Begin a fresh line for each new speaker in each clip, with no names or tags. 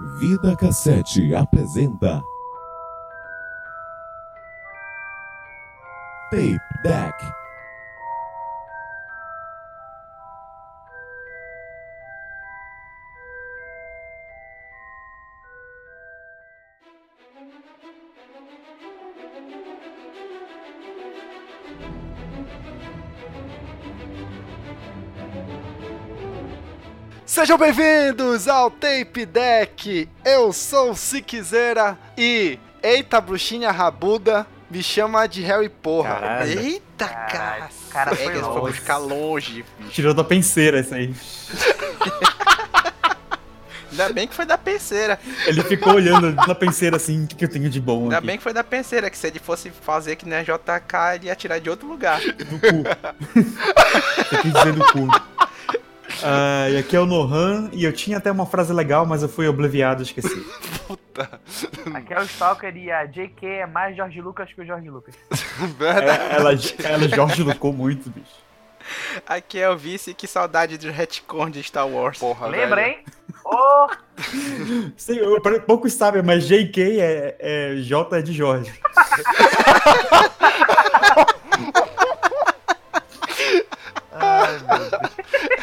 Vida Cassete apresenta Tape Deck.
Sejam bem-vindos ao Tape Deck. Eu sou o Siquezeira e eita bruxinha rabuda me chama de Harry porra.
Caralho.
Eita, cara.
cara
é
foi
que esse
longe.
bagulho ficar longe.
Tirou da penseira isso aí.
Ainda bem que foi da penseira.
Ele ficou olhando na penseira assim, o que, que eu tenho de bom
Ainda
aqui
bem que foi da penseira, que se ele fosse fazer que nem a JK, ele ia tirar de outro lugar.
do cu. eu quis dizer do cu. Ah, e aqui é o Nohan, e eu tinha até uma frase legal, mas eu fui obleviado, esqueci.
Aqui é o Stalker e a JK é mais Jorge Lucas que o Jorge Lucas.
Verdade.
É, ela, ela Jorge lucou muito, bicho.
Aqui é o vice, que saudade do retcon de Star Wars.
Porra,
Lembra,
velho.
hein? Ô,
Sei, eu- pra- poucos sabem, mas JK é, é J é de Jorge.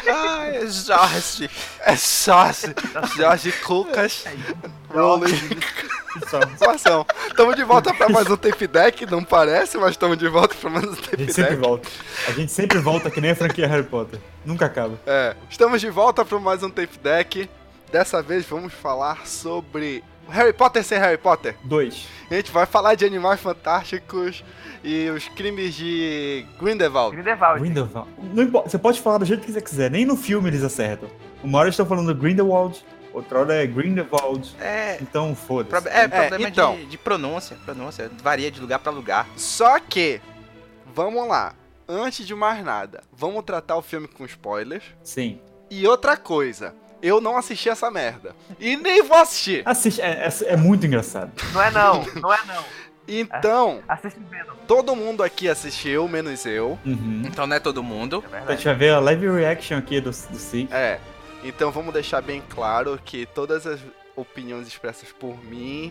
Ai, é Jorge.
É Jorge. Tá Jorge Lucas. Rowling.
Só.
Situação. Tamo de volta pra mais um Tape Deck. Não parece, mas tamo de volta pra mais um Tape
A gente
Deck.
sempre volta. A gente sempre volta que nem a franquia Harry Potter. Nunca acaba.
É, estamos de volta para mais um Tape Deck. Dessa vez vamos falar sobre Harry Potter sem Harry Potter.
Dois.
A gente vai falar de animais fantásticos e os crimes de Grindelwald.
Grindelwald.
Grindelwald. Não importa, você pode falar do jeito que você quiser, nem no filme eles acertam. Uma hora eles estão falando Grindelwald, outra hora é Grindelwald.
É.
Então
pro-
foda-se.
É, problema
então.
de, de pronúncia, pronúncia, varia de lugar pra lugar.
Só que, vamos lá. Antes de mais nada, vamos tratar o filme com spoilers.
Sim.
E outra coisa, eu não assisti essa merda. E nem vou assistir.
Assiste, é, é- é muito engraçado.
Não é não, não é não.
Então,
Assiste Venom,
todo mundo aqui assistiu, menos eu.
Uhum.
Então não é todo mundo.
é
Então a gente
verdade.
vai ver a live reaction aqui do, do Sig.
É. Então vamos deixar bem claro que todas as opiniões expressas por mim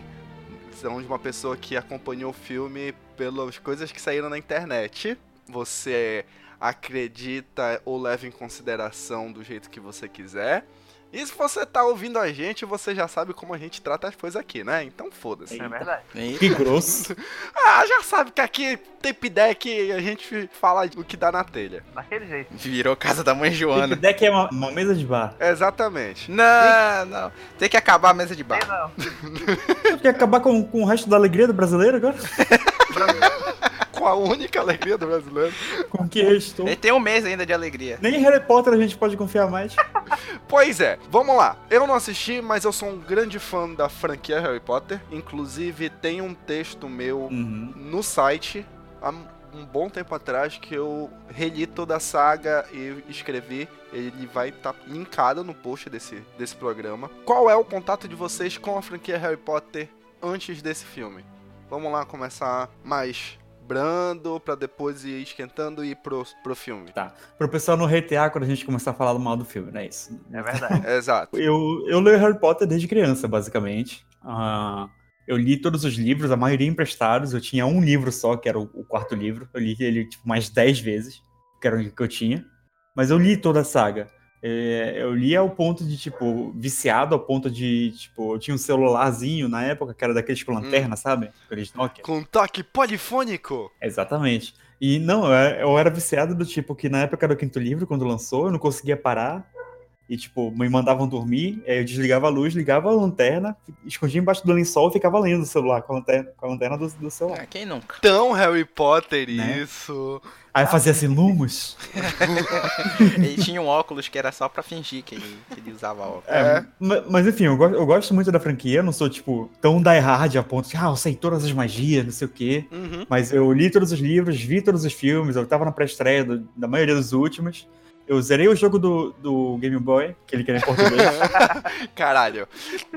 são de uma pessoa que acompanhou o filme pelas coisas que saíram na internet. Você acredita ou leva em consideração do jeito que você quiser. E se você tá ouvindo a gente, você já sabe como a gente trata as coisas aqui, né? Então foda-se.
É verdade.
E-
Que grosso.
Ah, já sabe que aqui tape deck a gente fala o que dá na telha.
Daquele jeito.
Virou casa da mãe
Tic
Joana.
Deck é uma, uma mesa de bar.
Exatamente.
Não, não. Tem que acabar a mesa de
Sei
bar.
não.
Quer acabar com, com o resto da alegria do brasileiro agora?
Com a única alegria do brasileiro.
Com o que restou.
Ele tem um mês ainda de alegria.
Nem em Harry Potter a gente pode confiar mais.
Pois é, vamos lá. Eu não assisti, mas eu sou um grande fã da franquia Harry Potter. Inclusive, tem um texto meu
Uhum.
no site há um bom tempo atrás que eu reli toda a saga e escrevi. Ele vai estar linkado no post desse, desse programa. Qual é o contato de vocês com a franquia Harry Potter antes desse filme? Vamos lá começar mais brando pra depois ir esquentando e ir pro, pro filme.
Pro pessoal não retear quando a gente começar a falar do mal do filme, não é isso?
É verdade.
Exato.
Eu, eu leio Harry Potter desde criança, basicamente. Ah, eu li todos os livros, a maioria emprestados. Eu tinha um livro só, que era o, o quarto livro. Eu li ele tipo, mais dez vezes, que era o único que eu tinha. Mas eu li toda a saga. É, eu li ao ponto de, tipo, viciado, ao ponto de, tipo, eu tinha um celularzinho na época, que era daqueles com lanterna, sabe? Aqueles Nokia.
Com toque polifônico.
Exatamente. E não, eu era- eu era viciado do tipo que na época do quinto livro, quando lançou, eu não conseguia parar. E, tipo, me mandavam dormir, aí eu desligava a luz, ligava a lanterna, escondia embaixo do lençol e ficava lendo o celular com a lanterna, com a lanterna do, do celular.
Ah, quem nunca?
Tão Harry Potter
Né?
isso.
Aí eu fazia assim, Lumos.
Ele tinha um óculos que era só pra fingir que ele, que ele usava óculos.
É, ma- Mas enfim, eu, go- eu gosto muito da franquia, eu não sou, tipo, tão die hard a ponto de, ah, eu sei todas as magias, não sei o quê.
Uhum.
Mas eu li todos os livros, vi todos os filmes, eu tava na pré-estreia do- da maioria dos últimos. Eu zerei o jogo do, do Game Boy, que ele queria em português.
Caralho,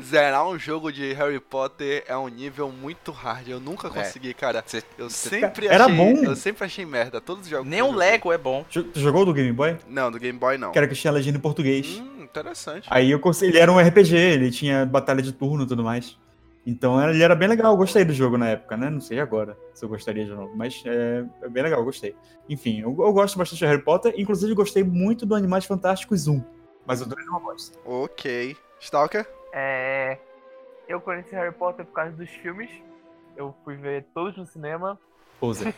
zerar um jogo de Harry Potter é um nível muito hard. Eu nunca consegui, cara.
Cê-
Eu sempre
Era
achei.
bom.
Eu sempre achei merda. Todos os jogos.
Nem
que eu
o
joguei.
Lego é bom.
Jo- tu Jogou do Game Boy?
um Não, do Game Boy não.
Que era que tinha legenda em português.
Hum, interessante.
Aí eu consegui, ele era um RPG, ele tinha batalha de turno e tudo mais. Então era- ele era bem legal, eu gostei do jogo na época, né? Não sei agora se eu gostaria de novo, mas é, é bem legal, eu gostei. Enfim, eu, eu gosto bastante de Harry Potter, inclusive gostei muito do Animais Fantásticos 1. Mas o é 2 eu não gosto.
Ok. Stalker?
É, eu conheci Harry Potter por causa dos filmes. Eu fui ver todos no cinema.
Poser.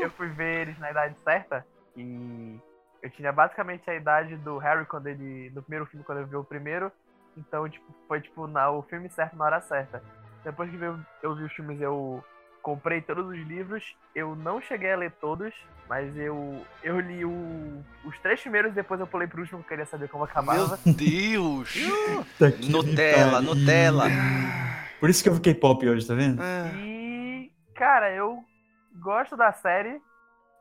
Eu fui ver eles na idade certa. E eu tinha basicamente a idade do Harry quando ele. No primeiro filme, quando eu vi o primeiro. Então, tipo, foi tipo na, o filme certo na hora certa. Depois que eu, eu vi os filmes, eu comprei todos os livros. Eu não cheguei a ler todos, mas eu, eu li o- os três primeiros e depois eu pulei pro último, porque eu queria saber como acabava.
Meu Deus!
Tá que
Nutella,
pariu.
Nutella.
Por isso que eu fiquei pop hoje, tá vendo?
E, cara, eu gosto da série.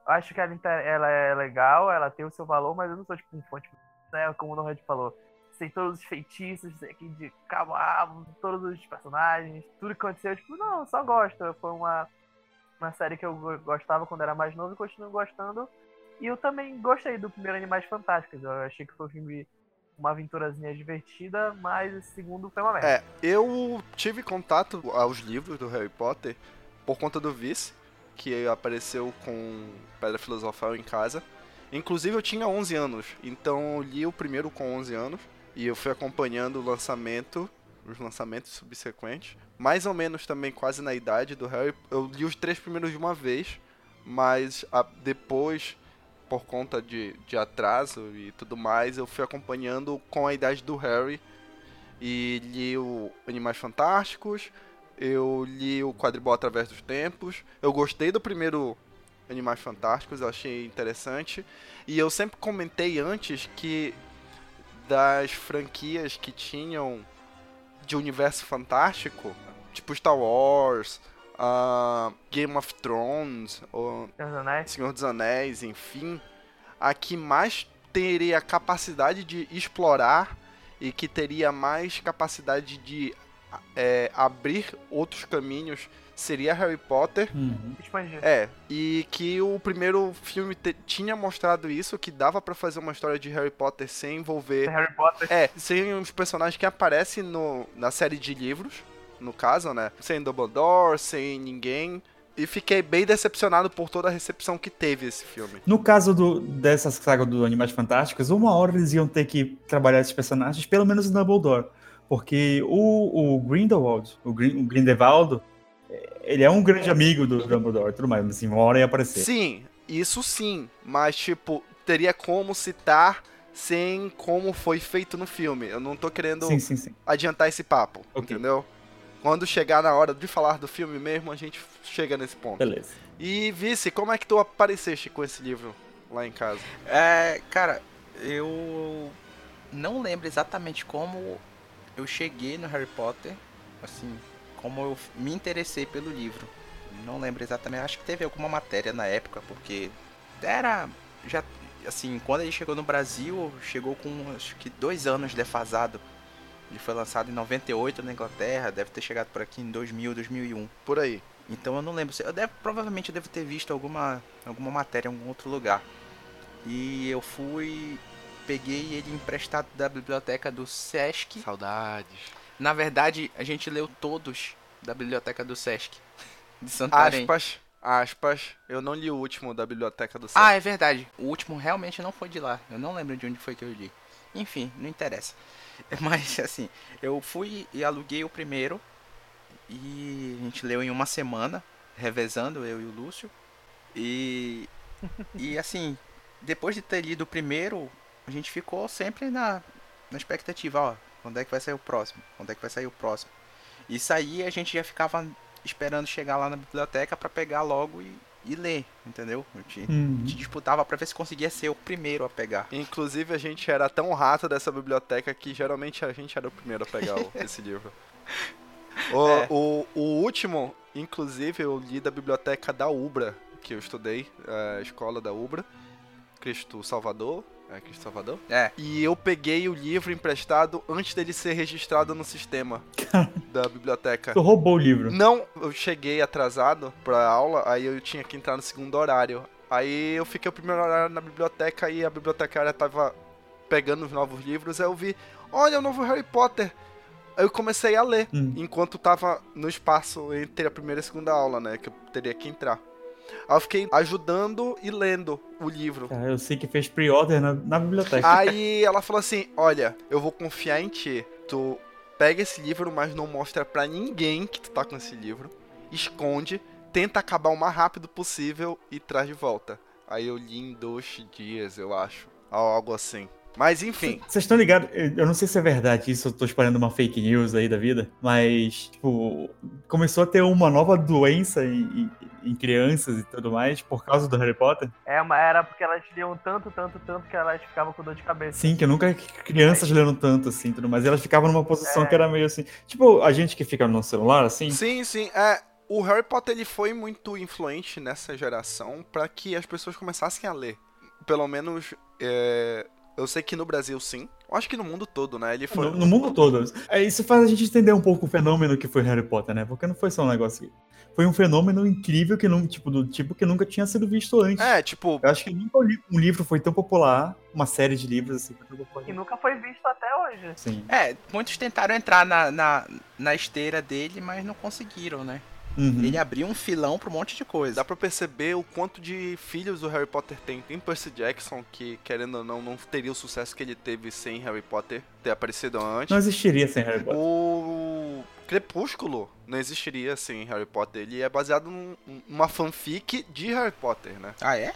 Acho que ela, inter- ela é legal, ela tem o seu valor, mas eu não sou tipo um fã, tipo, né, como o Norred falou. Sei todos os feitiços sei aqui de cabo a rabo, todos os personagens, tudo que aconteceu. Tipo, não, só gosto. Foi uma, uma série que eu go- gostava quando era mais novo e continuo gostando. E eu também gostei do primeiro Animais Fantásticos. Eu achei que foi um filme, uma aventurazinha divertida, mas esse segundo foi uma merda.
É, eu tive contato aos livros do Harry Potter por conta do Vice, que apareceu com Pedra Filosofal em casa. Inclusive eu tinha 11 anos, então eu li o primeiro com 11 anos e eu fui acompanhando o lançamento, os lançamentos subsequentes, mais ou menos também quase na idade do Harry. Eu li os três primeiros de uma vez, mas a- depois, por conta de, de atraso e tudo mais, eu fui acompanhando com a idade do Harry e li o Animais Fantásticos, eu li o Quadribol Através dos Tempos, eu gostei do primeiro Animais Fantásticos, eu achei interessante, e eu sempre comentei antes que das franquias que tinham de universo fantástico, tipo Star Wars, ah, Game of Thrones, ou
Senhor dos Anéis.
Senhor dos Anéis, enfim, a que mais teria capacidade de explorar e que teria mais capacidade de é, abrir outros caminhos seria Harry Potter.
Uhum.
Expandir.
É, e que o primeiro filme te- tinha mostrado isso, que dava pra fazer uma história de Harry Potter sem envolver
Harry Potter.
é, sem os personagens que aparecem no, na série de livros, no caso, né? Sem Dumbledore, sem ninguém. E fiquei bem decepcionado por toda a recepção que teve esse filme.
No caso do, dessa saga do Animais Fantásticos, uma hora eles iam ter que trabalhar esses personagens, pelo menos o Dumbledore. Porque o, o Grindelwald, o, Grin, o Grindelwaldo, eh, ele é um grande amigo do Dumbledore e tudo mais, mas assim, uma hora ia aparecer.
Sim, isso sim, mas tipo, teria como citar sem como foi feito no filme. Eu não tô querendo
Sim, sim, sim.
adiantar esse papo,
Ok.
entendeu? Quando chegar na hora de falar do filme mesmo, a gente chega nesse ponto.
Beleza.
E Vice, como é que tu apareceste com esse livro lá em casa?
É, cara, eu não lembro exatamente como eu cheguei no Harry Potter, assim, como eu me interessei pelo livro. Não lembro exatamente, acho que teve alguma matéria na época, porque era já assim, quando ele chegou no Brasil, chegou com acho que dois anos defasado. Ele foi lançado em 98 na Inglaterra, deve ter chegado por aqui em 2000, 2001.
Por aí.
Então eu não lembro. se- Eu devo, provavelmente eu devo ter visto alguma, alguma matéria em algum outro lugar. E eu fui. Peguei ele emprestado da biblioteca do Sesc.
Saudades.
Na verdade, a gente leu todos da biblioteca do Sesc. De Santarém.
Aspas, aspas. Eu não li o último da biblioteca do
Ah,
Sérgio.
é verdade. O último realmente não foi de lá. Eu não lembro de onde foi que eu li. Enfim, não interessa. Mas assim, eu fui e aluguei o primeiro. E a gente leu em uma semana, revezando eu e o Lúcio. E e assim, depois de ter lido o primeiro, a gente ficou sempre na na expectativa, ó, quando é que vai sair o próximo? Quando é que vai sair o próximo? E saía, a gente já ficava esperando chegar lá na biblioteca pra pegar logo e, e ler, entendeu? Eu tinha-
Uhum.
gente disputava pra ver se conseguia ser o primeiro a pegar.
Inclusive, a gente era tão rato dessa biblioteca que geralmente a gente era o primeiro a pegar o- esse livro. O,
É.
o, o último, eh, inclusive, eu li da biblioteca da Ubra, que eu estudei, a escola da Ubra, Cristo Salvador. É Cristo Salvador?
É.
E eu peguei o livro emprestado antes dele ser registrado no sistema da biblioteca.
Tu roubou o livro.
Não, eu cheguei atrasado pra aula, aí eu tinha que entrar no segundo horário. Aí eu fiquei o primeiro horário na biblioteca e a bibliotecária tava pegando os novos livros, aí eu vi, olha o novo Harry Potter. Aí eu comecei a ler,
Hum.
enquanto tava no espaço entre a primeira e a segunda aula, né, que eu teria que entrar. Aí eu fiquei ajudando e lendo o livro.
Cara, eu sei que fez pre-order na, na biblioteca.
Aí ela falou assim: Olha, eu vou confiar em ti. Tu pega esse livro, mas não mostra pra ninguém que tu tá com esse livro. Esconde, tenta acabar o mais rápido possível e traz de volta. Aí eu li em dois dias, eu acho. Algo assim. Mas enfim.
Vocês estão ligados? Eu eu não sei se é verdade isso, eu tô espalhando uma fake news aí da vida, mas, tipo, começou a ter uma nova doença em, em- em crianças e tudo mais por causa do Harry Potter.
É uma, era porque elas liam tanto, tanto, tanto que elas ficavam com dor de cabeça.
Sim, que eu nunca vi crianças leram tanto assim, tudo mais. E elas ficavam numa posição que era meio assim. Tipo, a gente que fica no celular, assim.
Sim, sim. É, o Harry Potter ele foi muito influente nessa geração pra que as pessoas começassem a ler. Pelo menos, é, eu sei que no Brasil sim. Eu acho que no mundo todo, né? Ele foi.
No, no mundo todo. É, isso faz a gente entender um pouco o fenômeno que foi Harry Potter, né? Porque não foi só um negócio. que- Foi um fenômeno incrível que não, tipo, do tipo que nunca tinha sido visto antes.
É, tipo,
Eu acho que nunca um li- um livro foi tão popular, uma série de livros assim foi tão
E
popular.
nunca foi visto até hoje.
Sim.
É, muitos tentaram entrar na, na, na esteira dele, mas não conseguiram, né?
Uhum.
Ele abriu um filão pra um monte de coisa.
Dá pra perceber o quanto de filhos o Harry Potter tem. Tem Percy Jackson, que querendo ou não, não teria o sucesso que ele teve sem Harry Potter ter aparecido antes.
Não existiria sem Harry Potter.
O Crepúsculo não existiria sem Harry Potter. Ele é baseado num- numa fanfic de Harry Potter, né?
Ah, é?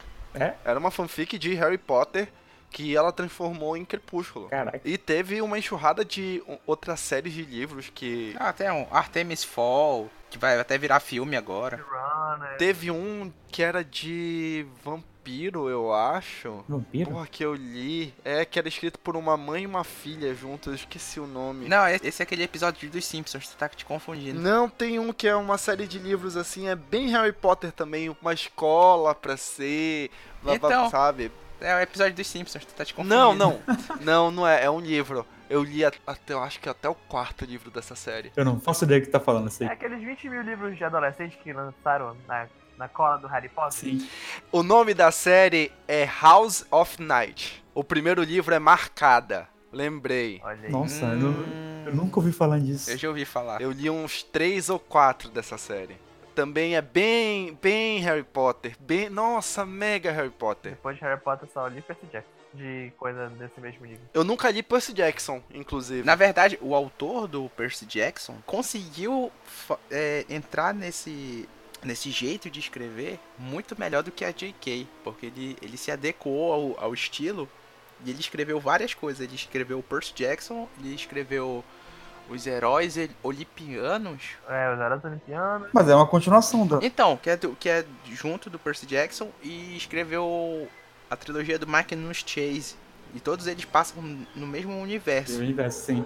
Era uma fanfic de Harry Potter que ela transformou em Crepúsculo.
Caraca.
E teve uma enxurrada de o- outras séries de livros que
Ah, tem um Artemis Fall, que vai até virar filme agora.
Runner.
teve um que era de vampiro, eu acho.
Vampiro?
Porra, que eu li. É, que era escrito por uma mãe e uma filha juntas, eu esqueci o nome.
Não, esse esse é aquele episódio dos Simpsons, tu tá te confundindo.
Não, tem um que é uma série de livros assim, é bem Harry Potter também, uma escola pra ser, blá, blá,
Então.
sabe?
É o episódio dos Simpsons, tu tá te confundindo.
Não, não, não, não é, é um livro. Eu li at- até, eu acho que até o quarto livro dessa série.
Eu não faço ideia do que tá falando, assim.
É aqueles 20 mil livros de adolescente que lançaram na, na cola do Harry Potter.
Sim.
O nome da série é House of Night. O primeiro livro é Marcada, lembrei.
Olha aí.
Nossa, eu, não-
Hum,
eu nunca ouvi falar disso.
eu já ouvi falar.
Eu li uns três ou quatro dessa série. Também é bem, bem Harry Potter, bem, nossa, mega Harry Potter.
Depois de Harry Potter, só li Percy Jackson. De coisa desse mesmo livro.
Eu nunca li Percy Jackson, inclusive.
Na verdade, o autor do Percy Jackson conseguiu fa- é, entrar nesse, nesse jeito de escrever muito melhor do que a J.K., porque ele, ele se adequou ao, ao estilo e ele escreveu várias coisas. Ele escreveu o Percy Jackson, ele escreveu os heróis el- olimpianos.
É, os Heróis Olimpianos.
Mas é uma continuação da.
Então, que é, do- que é junto do Percy Jackson e escreveu a trilogia do Magnus Chase. E todos eles passam no mesmo universo.
do universo, sim.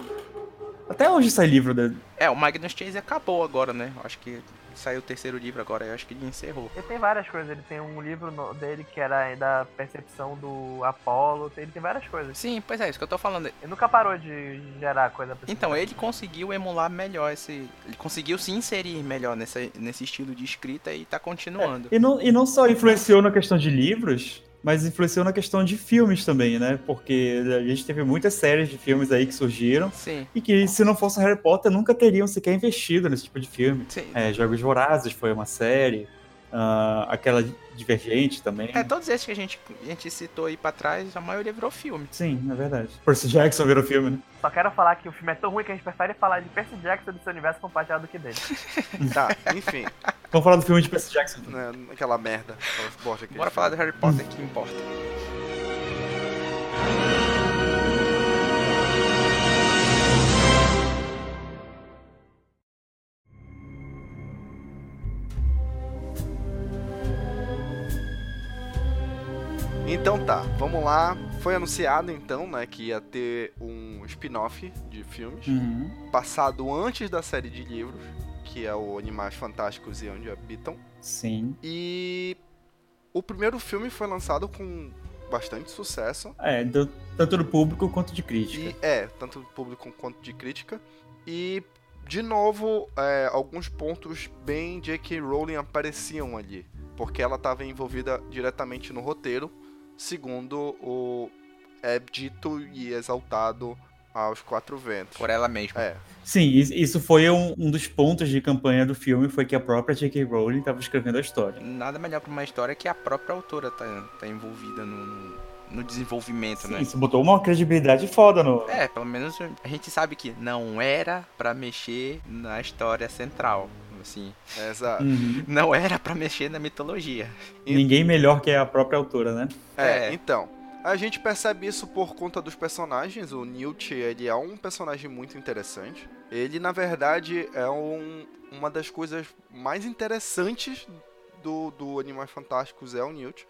Até hoje sai livro da.
É, o Magnus Chase acabou agora, né? Acho que saiu o terceiro livro agora, eu acho que ele encerrou.
Ele tem várias coisas. Ele tem um livro no- dele que era da percepção do Apolo. Ele tem várias coisas.
Sim, pois é, isso que eu tô falando.
Ele nunca parou de gerar coisa pra
Então, ele conseguiu emular melhor esse. Ele conseguiu se inserir melhor nesse, nesse estilo de escrita e tá continuando.
E não, e não só influenciou na questão de livros, mas influenciou na questão de filmes também, né? Porque a gente teve muitas séries de filmes aí que surgiram
Sim,
e que, se não fosse Harry Potter, nunca teriam sequer investido nesse tipo de filme.
sim.
É, Jogos Vorazes foi uma série, ah, aquela Divergente também.
É, todos esses que a gente, a gente citou aí pra trás, a maioria virou filme.
Sim, é verdade. Percy Jackson virou filme, né?
Só quero falar que o filme é tão ruim que a gente prefere falar de Percy Jackson do seu universo compartilhado do que dele.
Tá, enfim,
Vamos falar do filme de Percy Jackson. também.
né, aquela merda. aquelas bosta que
Bora
eles
falar do
falam.
Harry Potter, que importa.
Então tá, vamos lá. Foi anunciado então, né, que ia ter um spin-off de filmes,
Uhum.
passado antes da série de livros, que é o Animais Fantásticos e Onde Habitam.
Sim.
E o primeiro filme foi lançado com bastante sucesso.
É, do- tanto do público quanto de crítica.
E é, tanto do público quanto de crítica. E, de novo, é, alguns pontos bem J.K. Rowling apareciam ali. Porque ela estava envolvida diretamente no roteiro, segundo o é dito e exaltado aos quatro ventos.
Por ela mesma.
É,
Sim, is- isso foi um, um dos pontos de campanha do filme, foi que a própria J.K. Rowling estava escrevendo a história.
Nada melhor pra uma história que a própria autora tá, tá envolvida no, no- no desenvolvimento,
Sim,
né?
isso botou uma credibilidade foda no...
É, pelo menos a gente sabe que não era pra mexer na história central, assim.
é exato.
Uhum.
Não era pra mexer na mitologia.
E-
Ninguém melhor que a própria autora, né?
É,
É.
então. A gente percebe isso por conta dos personagens. O Newt, ele é um personagem muito interessante. Ele, na verdade, é um- uma das coisas mais interessantes do, do Animais Fantásticos é o Newt.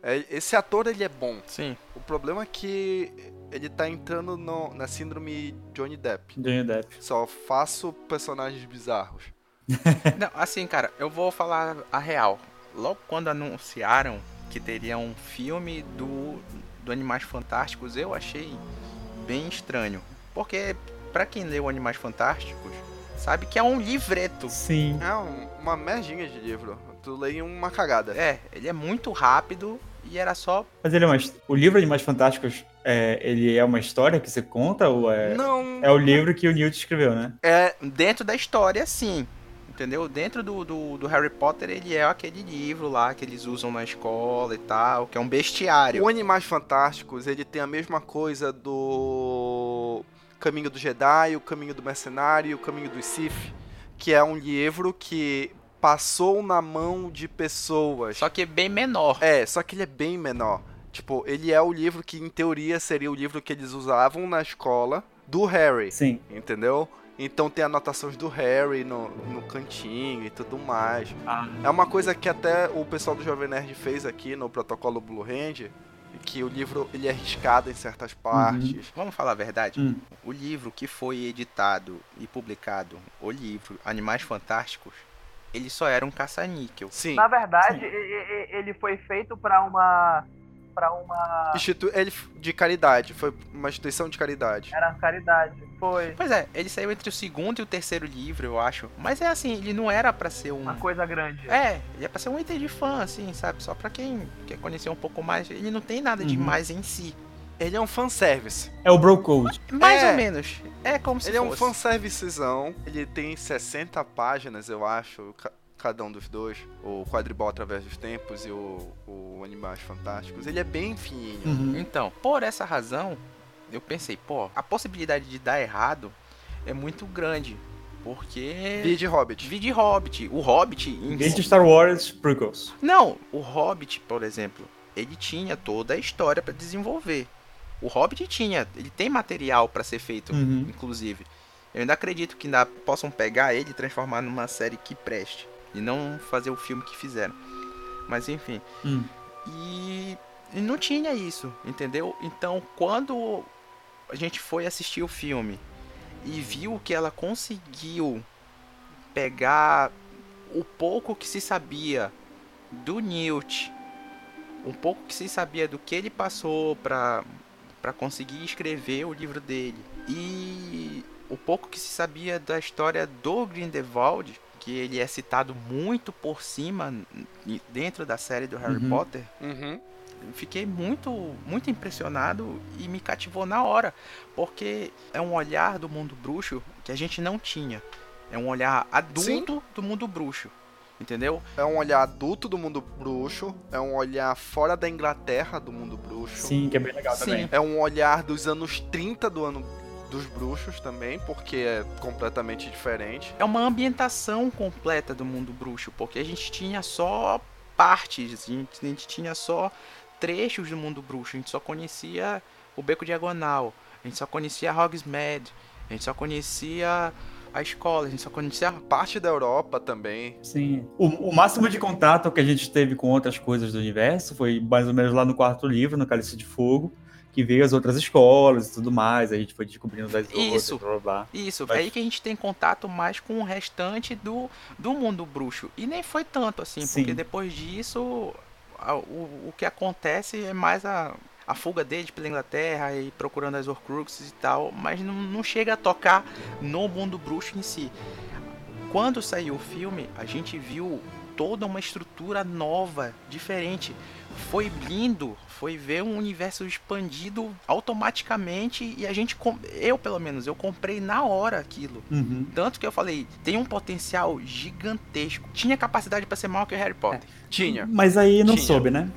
É, Esse ator, ele é bom.
Sim.
O problema é que ele tá entrando no- na síndrome Johnny Depp.
Johnny Depp.
Só faço personagens bizarros.
Não, assim, cara, eu vou falar a real. Logo quando anunciaram que teria um filme do, do Animais Fantásticos, eu achei bem estranho. Porque, pra quem leu Animais Fantásticos, sabe que é um livreto.
Sim.
É um- uma merdinha de livro. Tu leia uma cagada.
É, ele é muito rápido e era só.
Mas ele é uma... his- O livro Animais Fantásticos, é, ele é uma história que você conta ou é...
Não,
É o livro que o Newt escreveu, né?
É, dentro da história, sim. Entendeu? Dentro do, do, do Harry Potter, ele é aquele livro lá que eles usam na escola e tal, que é um bestiário.
O Animais Fantásticos, ele tem a mesma coisa do Caminho do Jedi, o Caminho do Mercenário, o Caminho do Sith, que é um livro que passou na mão de pessoas.
Só que bem menor.
É, só que ele é bem menor. Tipo, ele é o livro que em teoria seria o livro que eles usavam na escola do Harry,
Sim.
entendeu? Então tem anotações do Harry no, no cantinho e tudo mais.
Ah.
É uma coisa que até o pessoal do Jovem Nerd fez aqui no protocolo Blue Hand, que o livro ele é riscado em certas
Uhum.
partes.
Vamos falar a verdade?
Hum.
O livro que foi editado e publicado, o livro Animais Fantásticos, ele só era um caça-níquel.
Sim,
Na verdade,
Sim.
e- e- e- ele foi feito pra uma. para uma.
institu ele f- de caridade, foi uma instituição de caridade.
Era uma caridade. Foi
Pois é, ele saiu entre o segundo e o terceiro livro, eu acho. Mas é assim, ele não era pra ser um.
uma coisa grande.
É, ele é pra ser um item de fã, assim, sabe? Só pra quem quer conhecer um pouco mais. Ele não tem nada de
Uhum.
mais em si.
Ele é um fanservice.
É o Bro Code.
Mais
É.
ou menos. É como se
ele é um
fosse.
fanservicezão, ele tem 60 páginas, eu acho, ca- cada um dos dois. O Quadribol Através dos Tempos e o, o Animais Fantásticos. Ele é bem fininho.
Uhum.
Então, por essa razão, eu pensei, pô, a possibilidade de dar errado é muito grande. Porque.
E de Hobbit.
Uhum. Vi de Hobbit. O Hobbit em
Desde Star Wars Prequels.
Não, o Hobbit, por exemplo, ele tinha toda a história pra desenvolver. O Hobbit tinha, ele tem material pra ser feito,
Uhum.
inclusive. Eu ainda acredito que ainda possam pegar ele e transformar numa série que preste. E não fazer o filme que fizeram. Mas enfim.
Hum.
E, e não tinha isso, entendeu? Então, quando a gente foi assistir o filme e viu que ela conseguiu pegar o pouco que se sabia do Newt, um pouco que se sabia do que ele passou para para conseguir escrever o livro dele e o pouco que se sabia da história do Grindelwald, que ele é citado muito por cima n- dentro da série do Harry
Uhum.
Potter,
Uhum.
fiquei muito, muito impressionado e me cativou na hora, porque é um olhar do mundo bruxo que a gente não tinha. É um olhar adulto do mundo bruxo, entendeu?
É um olhar adulto do mundo bruxo, é um olhar fora da Inglaterra do mundo bruxo.
Sim, que é bem legal
Sim.
também.
É um olhar dos anos 30 do ano dos bruxos também, porque é completamente diferente.
É uma ambientação completa do mundo bruxo, porque a gente tinha só partes, a gente, a gente tinha só trechos do mundo bruxo, a gente só conhecia o Beco Diagonal, a gente só conhecia Hogsmeade, a gente só conhecia a escola, a gente só conhecia
Parte da Europa também.
Sim. O, o máximo de contato que a gente teve com outras coisas do universo foi mais ou menos lá no quarto livro, no Cálice de Fogo, que veio as outras escolas e tudo mais. A gente foi descobrindo das
Isso.
outras, blá blá blá.
Isso,
Mas-
é aí que a gente tem contato mais com o restante do, do mundo bruxo. E nem foi tanto assim,
Sim.
porque depois disso a- a- o, o que acontece é mais a, a fuga dele pela Inglaterra e procurando as Horcruxes e tal, mas não, não chega a tocar no mundo bruxo em si. Quando saiu o filme, a gente viu toda uma estrutura nova, diferente. Foi lindo, foi ver um universo expandido automaticamente e a gente, com- eu pelo menos, eu comprei na hora aquilo.
Uhum.
Tanto que eu falei, tem um potencial gigantesco. Tinha capacidade pra ser maior que o Harry Potter.
Tinha.
Mas aí não
Tinha.
soube, né?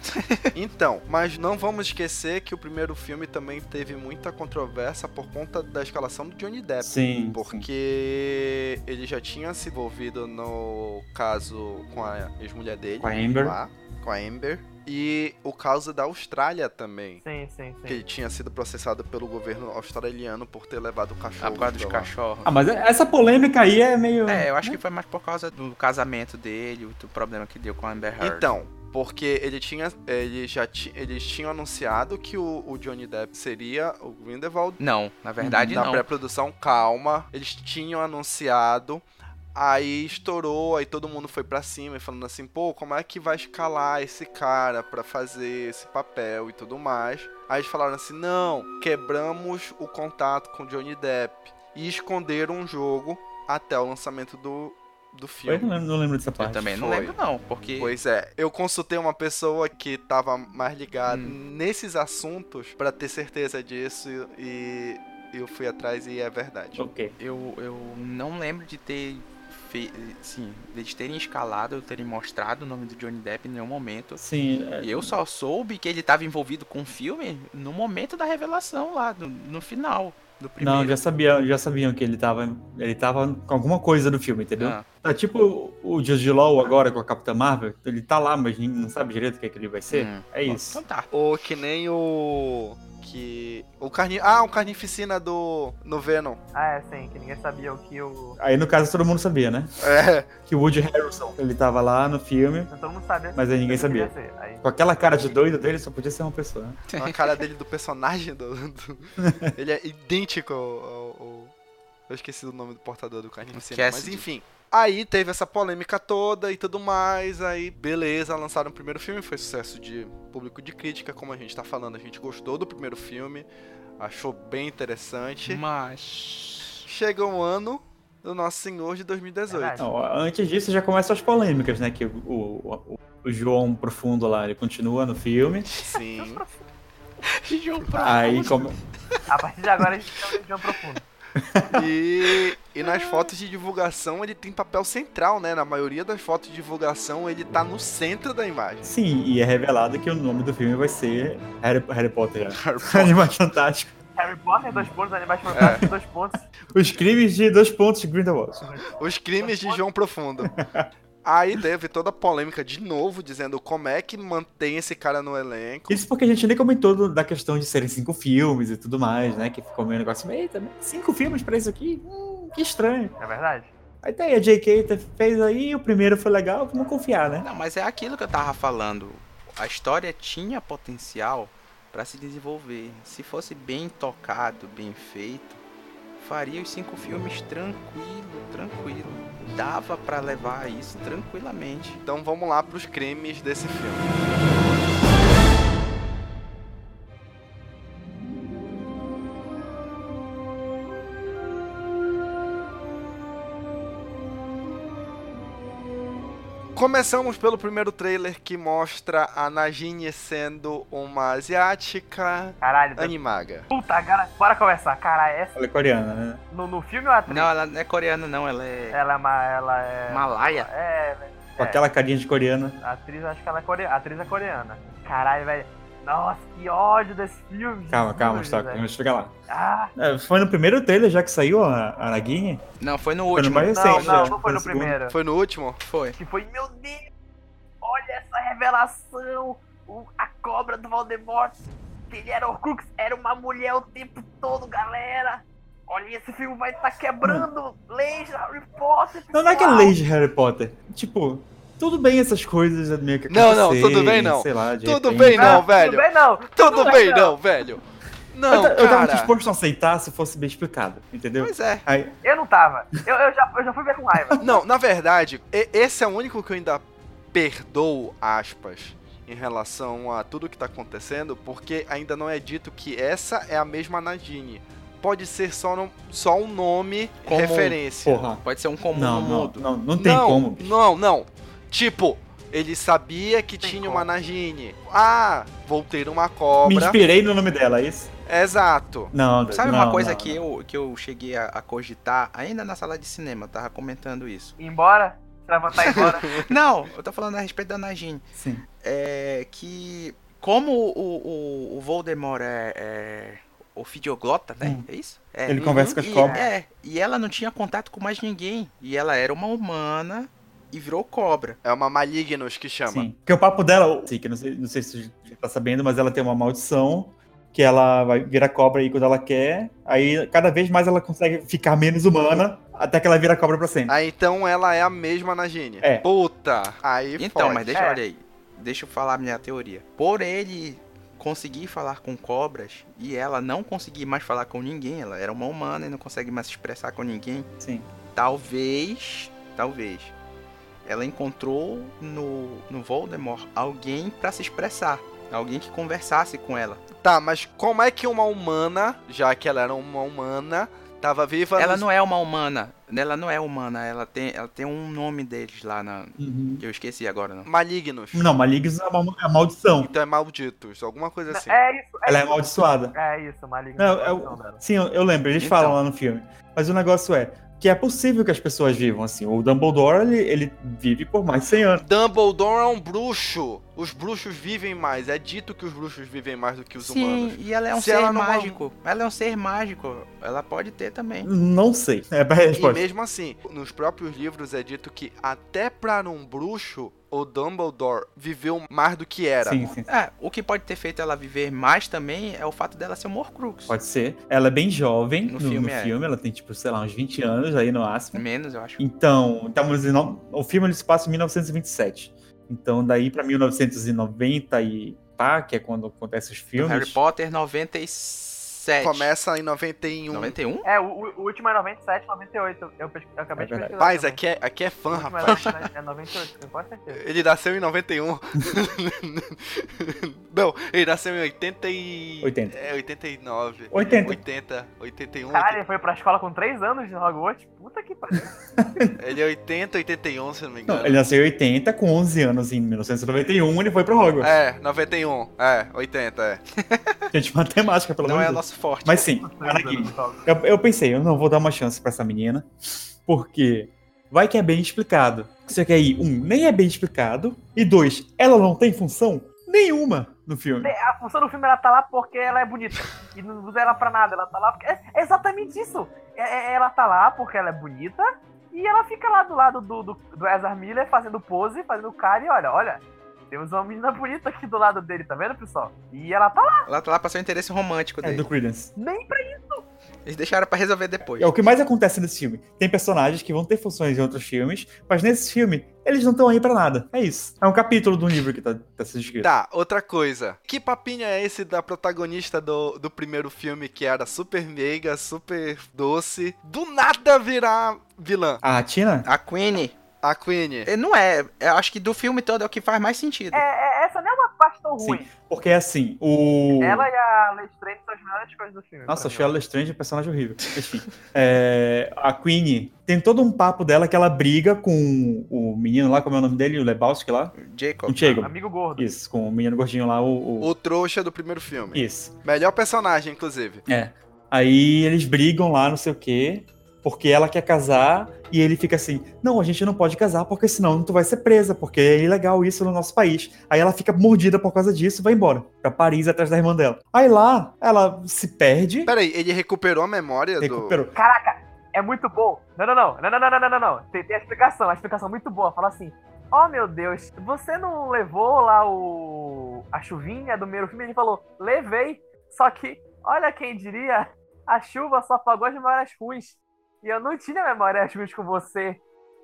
Então, mas não vamos esquecer que o primeiro filme também teve muita controvérsia por conta da escalação do Johnny
É,
Depp.
um
Sim. sim.
Porque ele já tinha se envolvido no caso com a ex-mulher dele.
Com a Amber.
Lá, com a Amber. E o caso da Austrália também.
Sim, sim,
Que
sim.
ele tinha sido processado pelo governo australiano por ter levado o cachorro.
Ah, por causa dos
pra lá.
cachorros.
Ah, mas essa polêmica aí é meio.
É, eu acho que foi mais por causa do casamento dele, do problema que deu com a Amber Heard.
Então, porque ele tinha. Ele já ti- eles tinham anunciado que o, o Johnny Depp seria o Grindelwald.
Não, na verdade
Na
não.
pré-produção, calma. Eles tinham anunciado. Aí estourou, aí todo mundo foi pra cima e falando assim, pô, como é que vai escalar esse cara pra fazer esse papel e tudo mais. Aí eles falaram assim, não, quebramos o contato com Johnny Depp e esconderam o jogo até o lançamento do, do
Eu não
filme.
lembro, não lembro dessa
Eu
parte.
também não
Foi.
lembro não, porque...
Pois é, eu consultei uma pessoa que tava mais ligada
Hum.
nesses assuntos pra ter certeza disso e e eu fui atrás e é verdade.
Ok.
Eu, eu não lembro de ter. Fe... Sim, de terem escalado, ou terem mostrado o nome do Johnny Depp em nenhum momento.
Sim. é-
E eu só soube que ele estava envolvido com o filme no momento da revelação lá, no, no final do primeiro.
Não, já sabiam, já sabiam que ele tava, ele tava com alguma coisa do filme, entendeu?
Ah,
Tá tipo o Jude Law agora com a Capitã Marvel, ele tá lá, mas ninguém não sabe direito o que, é que ele vai ser.
hum.
É isso.
Então tá.
Ou que nem o. Que. O carni... Ah, o carnificina do. No Venom.
Ah, é, sim, que ninguém sabia o que o.
Aí no caso todo mundo sabia, né?
É.
Que o Woody Harrelson, ele tava lá no filme,
Então, todo mundo sabia.
mas aí ninguém
o que queria
sabia.
ser. Aí,
Com aquela cara de doido dele, só podia ser uma pessoa. né?
A cara dele do personagem do. do- Ele é idêntico ao. ao- ao- Eu esqueci o nome do portador do carnificina. Mas
Cassidy.
enfim. Aí teve essa polêmica toda e tudo mais. Aí, beleza, lançaram o primeiro filme. Foi sucesso de público de crítica, como a gente tá falando. A gente gostou do primeiro filme. Achou bem interessante.
Mas.
Chega o ano do Nosso Senhor de 2018.
é Verdade.
Não, antes disso já começam as polêmicas, né? Que o, o- o- o João Profundo lá, ele continua no filme.
Sim.
João
Aí como.
a partir de agora a gente tem um região profundo.
E, e nas fotos de divulgação ele tem papel central, né? Na maioria das fotos de divulgação ele tá no centro da imagem.
Sim, e é revelado que o nome do filme vai ser Harry, Harry Potter. né? Animais Fantásticos.
Harry Potter, dois pontos,
É.
animais fantásticos, dois pontos.
Os crimes de dois pontos de Grindelwald.
Os crimes de João Profundo. Aí teve toda a polêmica de novo, dizendo como é que mantém esse cara no elenco.
Isso porque a gente nem comentou do- da questão de serem cinco filmes e tudo mais, né? Que ficou meio negócio, eita, cinco filmes pra isso aqui? Hum, que estranho.
É verdade?
Aí tá aí, a J.K. te- fez aí, o primeiro foi legal, vamos confiar, né?
Não, mas é aquilo que eu tava falando. A história tinha potencial pra se desenvolver. Se fosse bem tocado, bem feito, faria os cinco filmes tranquilo, tranquilo. Dava pra levar isso tranquilamente.
Então vamos lá pros crimes desse filme. Começamos pelo primeiro trailer que mostra a Nagini sendo uma asiática
Caralho, dois-
animaga.
puta, cara, bora começar. Caralho, essa.
Ela é coreana, né?
No, no filme ou atriz?
Não, ela não é coreana não, ela é
Ela é uma. Ela é.
malaia.
É,
Com aquela carinha de coreana.
a atriz, acho que ela é coreana. Atriz é coreana. Caralho, velho. Nossa, que ódio desse filme.
Calma, calma,
Jesus,
está,
velho.
vamos chegar lá.
Ah,
É, foi no primeiro trailer já que saiu a, a Nagini?
Não, foi no
Foi no
último.
mais
não,
recente,
não,
né?
não foi no
segundo.
primeiro.
Foi no último?
Foi.
Que foi, meu Deus, olha essa revelação! O- a cobra do Voldemort, que ele era Horcrux, era uma mulher o tempo todo, galera! Olha, esse filme vai estar quebrando leis da Harry Potter!
Não, não é que é
pessoal.
lei de Harry Potter. Tipo, tudo bem essas coisas é meio que
Não, não,
acontecerem,
tudo bem não.
Sei lá, de
Tudo
repente.
bem não,
Tudo
velho.
bem, não!
Tudo bem não, velho.
Eu,
Não,
ta- eu tava
cara.
disposto a aceitar se fosse bem explicado, entendeu?
Pois é.
Aí,
Eu não tava. Eu, eu já, eu já fui ver com raiva.
Não, na verdade, e- esse é o único que eu ainda perdoo, aspas, em relação a tudo que tá acontecendo, porque ainda não é dito que essa é a mesma Nadine. Pode ser só, no- só um nome
Comum.
referência.
Porra.
Pode ser um comum
Não,
no
não,
mundo.
não, não tem
não,
como. bicho.
Não, não. Tipo, ele sabia que
Tem
tinha
como.
uma Nagini. Ah, vou ter uma
Me
cobra.
inspirei no nome dela, é isso?
Exato.
Não, Deus,
Sabe
não,
uma coisa
não,
que,
não.
Eu, que eu cheguei a, a cogitar ainda na sala de cinema? Eu tava comentando isso.
Ir embora? Levantar e ir embora?
Não, eu tô falando a respeito da Najin.
Sim.
É que. Como o, o, o Voldemort é, é o fidioglota, né?
Hum.
É isso? É.
Ele conversa com as
E,
cobras.
é, e ela não tinha contato com mais ninguém. E ela era uma humana e virou cobra.
É uma Malignos que chama.
Sim. Porque o papo dela, assim, que eu não sei, não sei se você já tá sabendo, mas ela tem uma maldição que ela vai virar cobra aí quando ela quer. Aí cada vez mais ela consegue ficar menos humana até que ela vira cobra pra sempre.
Ah, então ela é a mesma Nagini.
É.
Puta. Aí
Então,
fode.
mas deixa,
É.
olha aí. Deixa eu falar a minha teoria. Por ele conseguir falar com cobras e ela não conseguir mais falar com ninguém, ela era uma humana e não consegue mais se expressar com ninguém,
Sim.
talvez, talvez ela encontrou no, no Voldemort alguém pra se expressar, alguém que conversasse com ela.
Tá, mas como é que uma humana, já que ela era uma humana, tava viva?
Ela
nos-
não é uma humana, ela não é humana, ela tem, ela tem um nome deles lá na que eu esqueci agora, não.
Malignos.
Uhum. Não, Malignos é uma, é uma maldição.
Então é malditos, alguma coisa assim.
É isso. É
Ela é
isso.
amaldiçoada.
É isso, maligno.
Não, é o-
Não, não.
Sim, eu, eu lembro, eles
Então.
falam lá no filme. Mas o negócio é que é possível que as pessoas vivam assim. O Dumbledore, ele, ele vive por mais de 100 anos.
Dumbledore é um bruxo. Os bruxos vivem mais. É dito que os bruxos vivem mais do que os humanos.
Sim, e ela é um
Se
ser
ela não-
mágico. Ela é um ser mágico. Ela pode ter também.
Não sei. É a resposta.
E mesmo assim, nos próprios livros é dito que até para um bruxo, o Dumbledore viveu mais do que era.
Sim, sim.
É, o que pode ter feito ela viver mais também é o fato dela ser um Horcrux.
Pode ser. Ela é bem jovem no,
No
no filme.
filme, é.
Ela tem, tipo, sei lá, uns 20 anos aí no máximo.
Menos, eu acho.
Então, estamos em no- o filme ele se passa em 1927. Então, daí pra 1990 e pá, que é quando acontecem os filmes.
Harry Potter 97.
Começa em 91.
91?
É, o, o último é 97, 98. Eu, pesqu... eu acabei
É
de
verdade.
pesquisar.
Mas
também.
aqui é, aqui é
O
fã,
último é
rapaz.
97, É 98, tenho quase certeza.
Ele nasceu em 91. Não, ele nasceu em 80 e...
80.
É, 89.
80.
80, 81.
Caralho, ele foi pra escola com 3 anos de Hogwarts? Puta que pariu.
Ele é 80, 81, se não me engano.
né?
Não, ele é nasceu em 80, com 11 anos em 1991, ele foi pro Hogwarts.
É, 91. É, 80, é.
Gente, matemática, pelo
Não
menos.
é nosso forte.
Mas sim,
Três anos
Anakin.
de Hogwarts.
Eu, eu pensei, eu não vou dar uma chance pra essa menina, porque vai que é bem explicado. Só que aí, um, nem é bem explicado, e dois, ela não tem função nenhuma no filme.
A função do filme ela tá lá porque ela é bonita. E não usa ela pra nada, ela tá lá porque. É é exatamente isso! É- é- ela tá lá porque ela é bonita e ela fica lá do lado do, do, do Ezra Miller fazendo pose, fazendo cara e olha, olha. Temos uma menina bonita aqui do lado dele, tá vendo, pessoal? E ela tá lá,
Ela tá lá pra ser o interesse romântico
É,
dele.
do Credence.
nem pra
Eles deixaram pra resolver depois.
É o que mais acontece nesse filme. Tem personagens que vão ter funções em outros filmes, mas nesse filme, eles não estão aí pra nada. É isso. É um capítulo do livro que tá, tá sendo escrito.
Tá, outra coisa. Que papinho é esse da protagonista do, do primeiro filme que era super meiga, super doce, do nada virar vilã?
A Ah, Tina?
A Queen,
A Queen.
eh, não é. Eu acho que do filme todo é o que faz mais sentido.
É, é- essa não é uma parte tão ruim.
Porque é assim, o.
Ela e a Lestrade são as melhores coisas do filme.
Nossa,
pra
achei
mim.
ela Strange, um personagem horrível. Enfim. é, a Queen tem todo um papo dela que ela briga com o menino lá, como é o nome dele? O Lebowski lá?
Jacob.
Com o Jacob.
Amigo gordo.
Isso, com o menino gordinho lá, o. o...
O trouxa do primeiro filme.
Isso.
Melhor personagem, inclusive.
É. Aí eles brigam lá, não sei o quê, porque ela quer casar e ele fica assim: não, a gente não pode casar porque senão tu vai ser presa, porque é ilegal isso no nosso país. Aí ela fica mordida por causa disso e vai embora pra Paris atrás da irmã dela. Aí lá ela se perde,
Peraí, ele recuperou a memória
recuperou.
Caraca, é muito bom. Não, não, não, não, não, não, não, não, não, não. Tem, tem a explicação, a explicação muito boa. Fala assim, ó meu Deus, você não levou lá o... a chuvinha do primeiro filme? Ele falou, levei, só que, olha quem diria, a chuva só apagou as memórias ruins. E eu não tinha memórias ruins com você,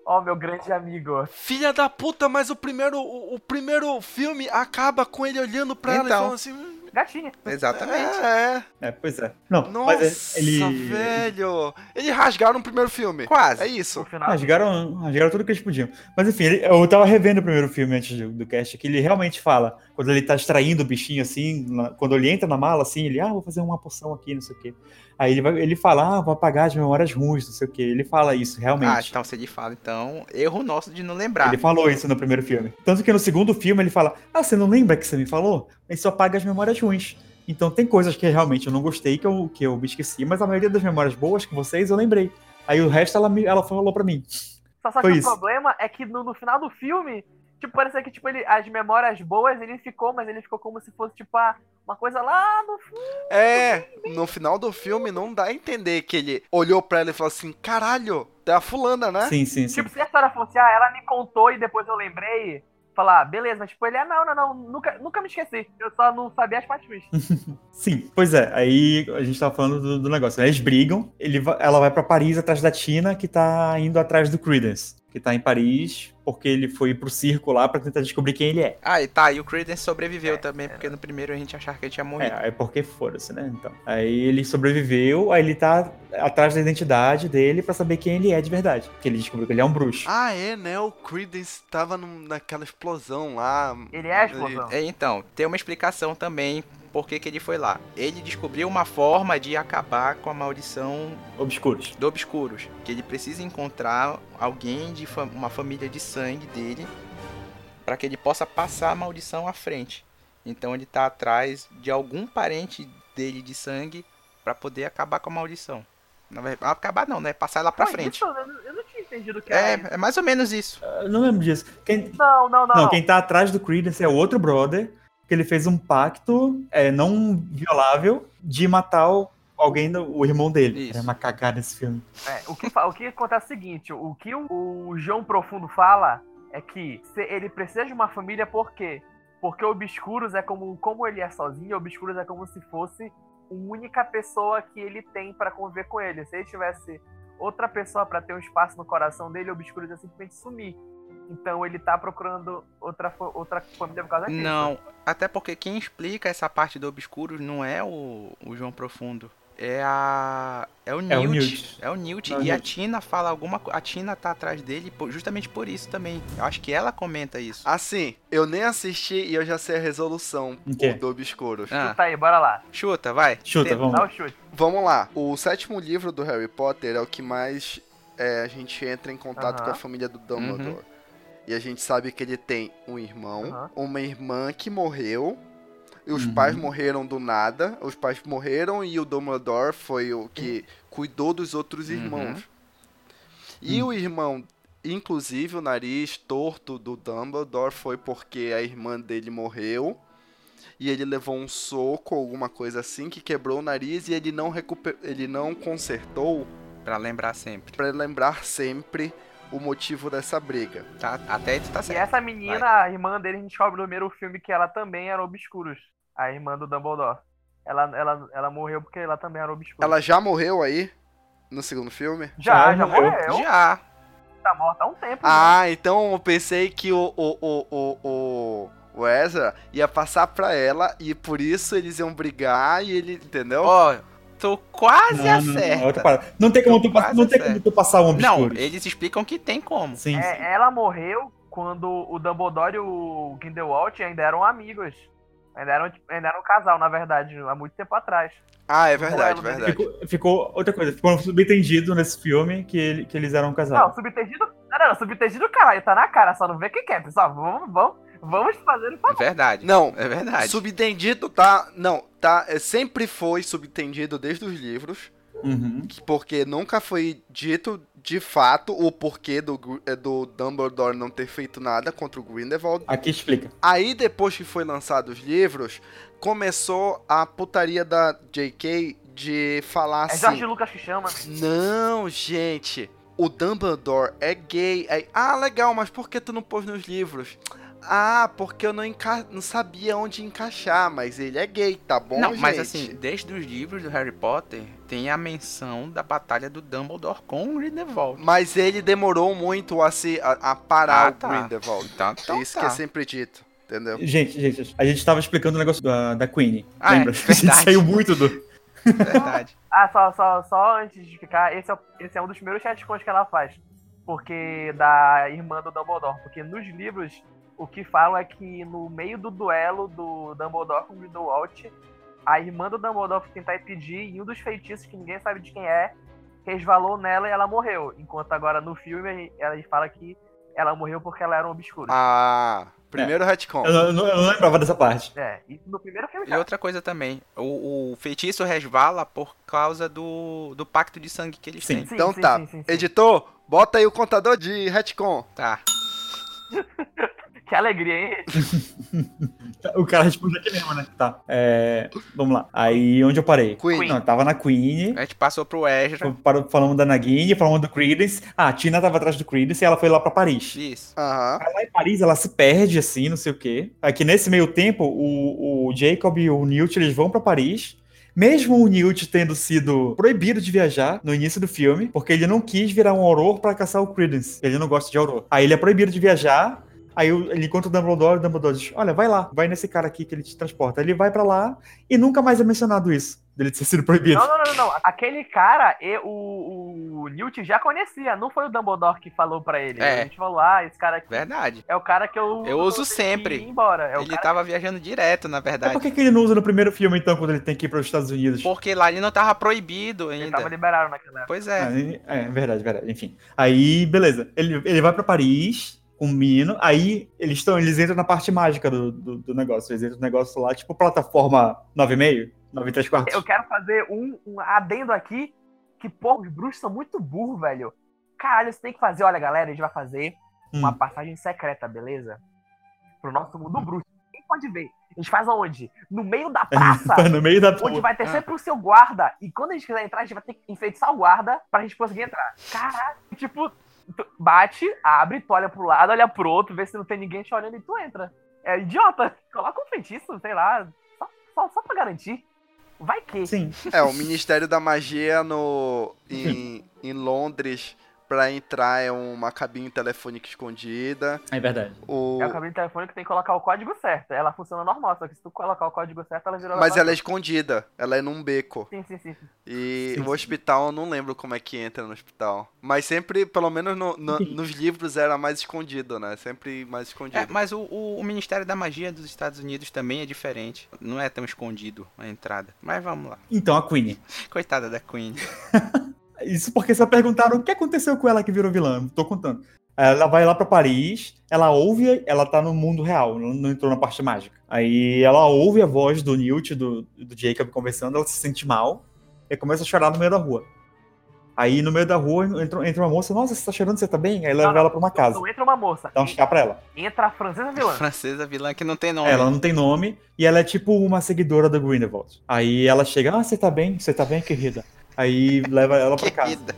ó meu grande amigo.
do. Filha da puta, mas o primeiro, o, o primeiro filme acaba com ele olhando pra ela e
Então.
falando assim.
Gatinha.
Exatamente.
É,
É, pois é. Não,
é.
mas
Nossa,
ele.
velho. Eles rasgaram o primeiro filme.
Quase.
É
O
isso.
Ah,
final.
Rasgaram, rasgaram tudo que eles podiam. Mas enfim, ele- eu tava revendo o primeiro filme antes do, do cast, que ele realmente fala: Quando ele tá extraindo o bichinho assim, na- quando ele entra na mala assim, ele, ah, vou fazer uma poção aqui, não sei o quê. Aí ele, vai, ele fala, ah, vou apagar as memórias ruins, não sei o quê. Ele fala isso,
Ah,
realmente.
então se ele fala, então, erro nosso de não lembrar.
Ele falou isso no primeiro filme. Tanto que no segundo filme ele fala: Ah, você não lembra que você me falou? Ele só paga as memórias ruins. Então tem coisas que realmente eu não gostei, que eu, que eu me esqueci, mas a maioria das memórias boas com vocês eu lembrei. Aí o resto ela, me, ela falou pra mim.
Só, só que
Foi
o
isso.
problema é que no, no final do filme, tipo, parecia que tipo, ele, as memórias boas ele ficou, mas ele ficou como se fosse, tipo, ah, uma coisa lá no fundo.
É, no final do filme não dá a entender que ele olhou pra ela e falou assim: caralho, é a fulana, né?
Sim, sim, sim.
Tipo, se a história fosse, ah, ela me contou e depois eu lembrei, falar, ah, beleza, mas tipo, ele, ah, não, não, não, nunca, nunca me esqueci. Eu só não sabia as partes ruins.
Sim, pois é. Aí a gente tava falando do, do negócio. né? Eles brigam, ele, va- ela vai pra Paris atrás da Tina, que tá indo atrás do Credence, que tá em Paris, porque ele foi pro circo lá pra tentar descobrir quem ele é.
Ah, e tá, e o Creedence
É,
sobreviveu também, porque no primeiro a gente achava que ele tinha morrido.
É, é porque foda-se, né? Então. Aí ele sobreviveu, aí ele tá atrás da identidade dele pra saber quem ele é de verdade. Porque ele descobriu que ele é um bruxo.
Ah, é, né? O Creedence tava num- naquela explosão lá.
Ele é a explosão.
É, então, tem uma explicação também por que, que ele foi lá. Ele descobriu uma forma de acabar com a maldição
Obscuros.
do Obscuros, que ele precisa encontrar alguém de fa- uma família de sangue dele para que ele possa passar a maldição à frente. Então ele tá atrás de algum parente dele de sangue para poder acabar com a maldição. Não vai acabar não, né? Passar ela para
Mas
frente.
isso, eu, não- eu não tinha entendido o que era isso.
É, é mais ou menos isso.
Eu Ah, não lembro disso. Quem...
Não, não, não.
Não, quem tá atrás do Creedence é o outro brother, que ele fez um pacto é, não violável de matar o- alguém, do- o irmão dele.
Isso.
É uma cagada esse filme.
É, o, que, fa- o que acontece é o seguinte: o que o, o João Profundo fala é que se- ele precisa de uma família por quê? Porque o Obscuros é como, como ele é sozinho, o Obscuros é como se fosse a única pessoa que ele tem pra conviver com ele. Se ele tivesse outra pessoa pra ter um espaço no coração dele, o Obscuros ia simplesmente sumir. Então ele tá procurando outra, fa- outra família por causa disso.
Não, até porque quem explica essa parte do Obscuros não é o, o João Profundo. É a. É o Newt. É o Newt.
Newt. É o
e a
Newt.
Tina fala alguma coisa. A Tina tá atrás dele por- justamente por isso também. Eu acho que ela comenta isso.
Assim, eu nem assisti e eu já sei a resolução
O quê?
do Obscuros.
Ah,
Tá aí, bora lá.
chuta, vai.
Chuta,
Tem-
vamos
Dá
lá.
o chute.
Vamos lá. O sétimo livro do Harry Potter é o que mais é, a gente entra em contato
Aham. Uhum.
com a família do Dumbledore. E a gente sabe que ele tem um irmão,
Aham.
uma irmã que morreu. E os
Uhum.
pais morreram do nada. Os pais morreram e o Dumbledore foi o que cuidou dos outros
Uhum.
irmãos. E o irmão, inclusive o nariz torto do Dumbledore, foi porque a irmã dele morreu. E ele levou um soco, alguma coisa assim, que quebrou o nariz e ele não recuperou, ele não consertou
Pra lembrar sempre.
pra lembrar sempre o motivo dessa briga.
Tá, até aí tu tá
E
certo.
essa menina, a irmã dele, a gente descobre no primeiro filme que ela também era obscuros. A irmã do Dumbledore. Ela, ela, ela morreu porque ela também era obscura.
Ela já morreu aí no segundo filme?
já,
já
já
morreu.
morreu.
Já.
Tá morta há um tempo.
Ah, então eu pensei que o o o o, o, o Ezra ia passar pra ela e por isso eles iam brigar e ele, entendeu?
Ó, tu quase
Não, não, não, é outra
acerta.
parada. Não tem como,
Então
tu, pa-
quase
não tem
acerta.
como tu passar um
Não,
obscuro.
eles explicam que tem como.
Sim,
né?
sim.
É, ela morreu quando o Dumbledore e o Grindelwald ainda eram amigos. Ainda eram, tipo, ainda eram um casal, na verdade, há muito tempo atrás.
Ah, é verdade,
Ela-
né?
verdade.
Ficou, ficou outra coisa, ficou subentendido nesse filme que, ele- que eles eram um casal.
Não, subtendido. Não, não, subtendido, caralho, tá na cara, só não vê o que que é, pessoal. Vamos, vamos, vamos fazer o
É verdade.
Não,
É verdade.
Subentendido tá. Não, tá. é, Sempre foi subentendido desde os livros.
Uhum.
que- Porque nunca foi dito de fato o porquê do, Gr- é, do Dumbledore não ter feito nada contra o Grindelwald.
Aqui explica.
Aí, depois que foi lançado os livros, começou a putaria da JK de falar
É
assim.
Jorge Lucas que chama.
Não, gente. O Dumbledore é gay. Aí, ah, legal, mas por que tu não pôs nos livros? Ah, porque eu não, enca- não sabia onde encaixar, mas ele é gay, tá bom,
não,
gente?
mas assim, desde os livros do Harry Potter, tem a menção da batalha do Dumbledore com o Grindelwald.
Mas ele demorou muito a se a, a parar
Ah,
o
tá.
Grindelwald.
Então, então
Isso
tá.
que é sempre dito, entendeu?
Gente, gente, a gente tava explicando o negócio da, da Queen.
Ah, é
lembra? a gente
verdade.
saiu muito do.
Verdade.
Ah, só, só, só antes de ficar, esse é, o- esse é um dos primeiros retcons que ela faz. Porque da irmã do Dumbledore. Porque nos livros, O que falam é que no meio do duelo do Dumbledore com o Grindelwald, a irmã do Dumbledore foi tentar impedir e um dos feitiços que ninguém sabe de quem é resvalou nela e ela morreu. Enquanto agora no filme ela fala que ela morreu porque ela era um obscuro.
Ah, primeiro retcon.
É. Eu, não- eu não- eu não lembrava dessa parte.
É, isso no primeiro filme
E
já.
outra coisa também, o, o feitiço resvala por causa do, do pacto de sangue que eles
Sim.
têm.
Sim,
Então
sim,
tá,
sim, sim, sim.
editor, bota aí o contador de retcon.
Tá.
Que alegria, hein?
O cara responde aqui mesmo, né? Tá. É, vamos lá. Aí onde eu parei?
Queen.
Queen.
Não, eu tava na Queen.
A gente passou pro Ezra.
par- Falamos da Nagini, falamos do Credence. Ah, a Tina tava atrás do Credence e ela foi lá pra Paris.
Isso.
Aham.
Aí lá em Paris ela se perde, assim, não sei o quê. Aqui nesse meio tempo, o, o Jacob e o Newt eles vão pra Paris. Mesmo o Newt tendo sido proibido de viajar no início do filme, porque ele não quis virar um auror pra caçar o Credence. Ele não gosta de auror. Aí ele é proibido de viajar. Aí o- ele encontra o Dumbledore, o Dumbledore diz: Olha, vai lá, vai nesse cara aqui que ele te transporta. Ele vai pra lá e nunca mais é mencionado isso, dele ter sido proibido.
Não, não, não, não. Aquele cara, e o, o Newt já conhecia. Não foi o Dumbledore que falou pra ele.
É.
A gente falou, ah, esse cara aqui
Verdade.
é o cara que eu.
Eu uso
tenho que
sempre.
ir embora. É o
ele
cara
tava viajando direto, na
Mas
verdade.
por que, que ele não usa no primeiro filme, então, quando ele tem que ir para os Estados Unidos?
Porque lá ele não tava proibido
que
ainda.
tava liberado naquela época.
Pois
Ah,
é.
ele- É, verdade, verdade. Enfim. Aí, beleza. Ele, ele vai pra Paris com o Mino. Aí eles estão, eles entram na parte mágica do, do, do negócio. Eles entram no negócio lá, tipo plataforma 9,5, 9 3 quartos.
Eu quero fazer um, um adendo aqui. Que, porra, os bruxos são muito burros, velho. Caralho, você tem que fazer. Olha, galera, a gente vai fazer uma
Hum.
passagem secreta, beleza? Pro nosso mundo bruxo. Quem pode ver? A gente faz aonde? No meio da praça.
no meio da
Onde
porra.
vai ter sempre o seu guarda. E quando a gente quiser entrar, a gente vai ter que enfeitiçar o guarda pra gente conseguir entrar. Caralho, tipo, tu bate, abre, tu olha pro lado, olha pro outro, vê se não tem ninguém te olhando e tu entra. É idiota. Coloca um feitiço, sei lá, só, só, só pra garantir. Vai que.
Sim.
É, o Ministério da Magia no, em, em Londres, pra entrar é uma cabine telefônica escondida.
É verdade.
O,
É o cabine telefônico que tem que colocar o código certo. Ela funciona normal, só que se tu colocar o código certo, ela vira
mas
normal.
ela é escondida, ela é num beco.
Sim, sim, sim.
E
Sim,
o
sim.
hospital, eu não lembro como é que entra no hospital. Mas sempre, pelo menos no- no- nos livros, era mais escondido, né? Sempre mais escondido.
É, mas o, o- o Ministério da Magia dos Estados Unidos também é diferente. Não é tão escondido a entrada. Mas vamos lá.
Então, a Queen.
Coitada da Queen.
Isso porque só perguntaram o que aconteceu com ela que virou vilã. Tô contando. Ela vai lá pra Paris, ela ouve, ela tá no mundo real, não não entrou na parte mágica. Aí ela ouve a voz do Newt, do, do Jacob conversando, ela se sente mal e começa a chorar no meio da rua. Aí no meio da rua entra, entra uma moça, nossa, você tá chorando, você tá bem? Aí leva
Não,
ela pra uma casa,
Não entra uma moça.
dá um chá pra ela.
Entra a francesa
é
vilã.
Francesa vilã que não tem nome.
Ela não tem nome e ela é tipo uma seguidora do Grindelwald. Aí ela chega, ah, você tá bem? Você tá bem, querida? Aí leva ela tá pra casa.
Querida.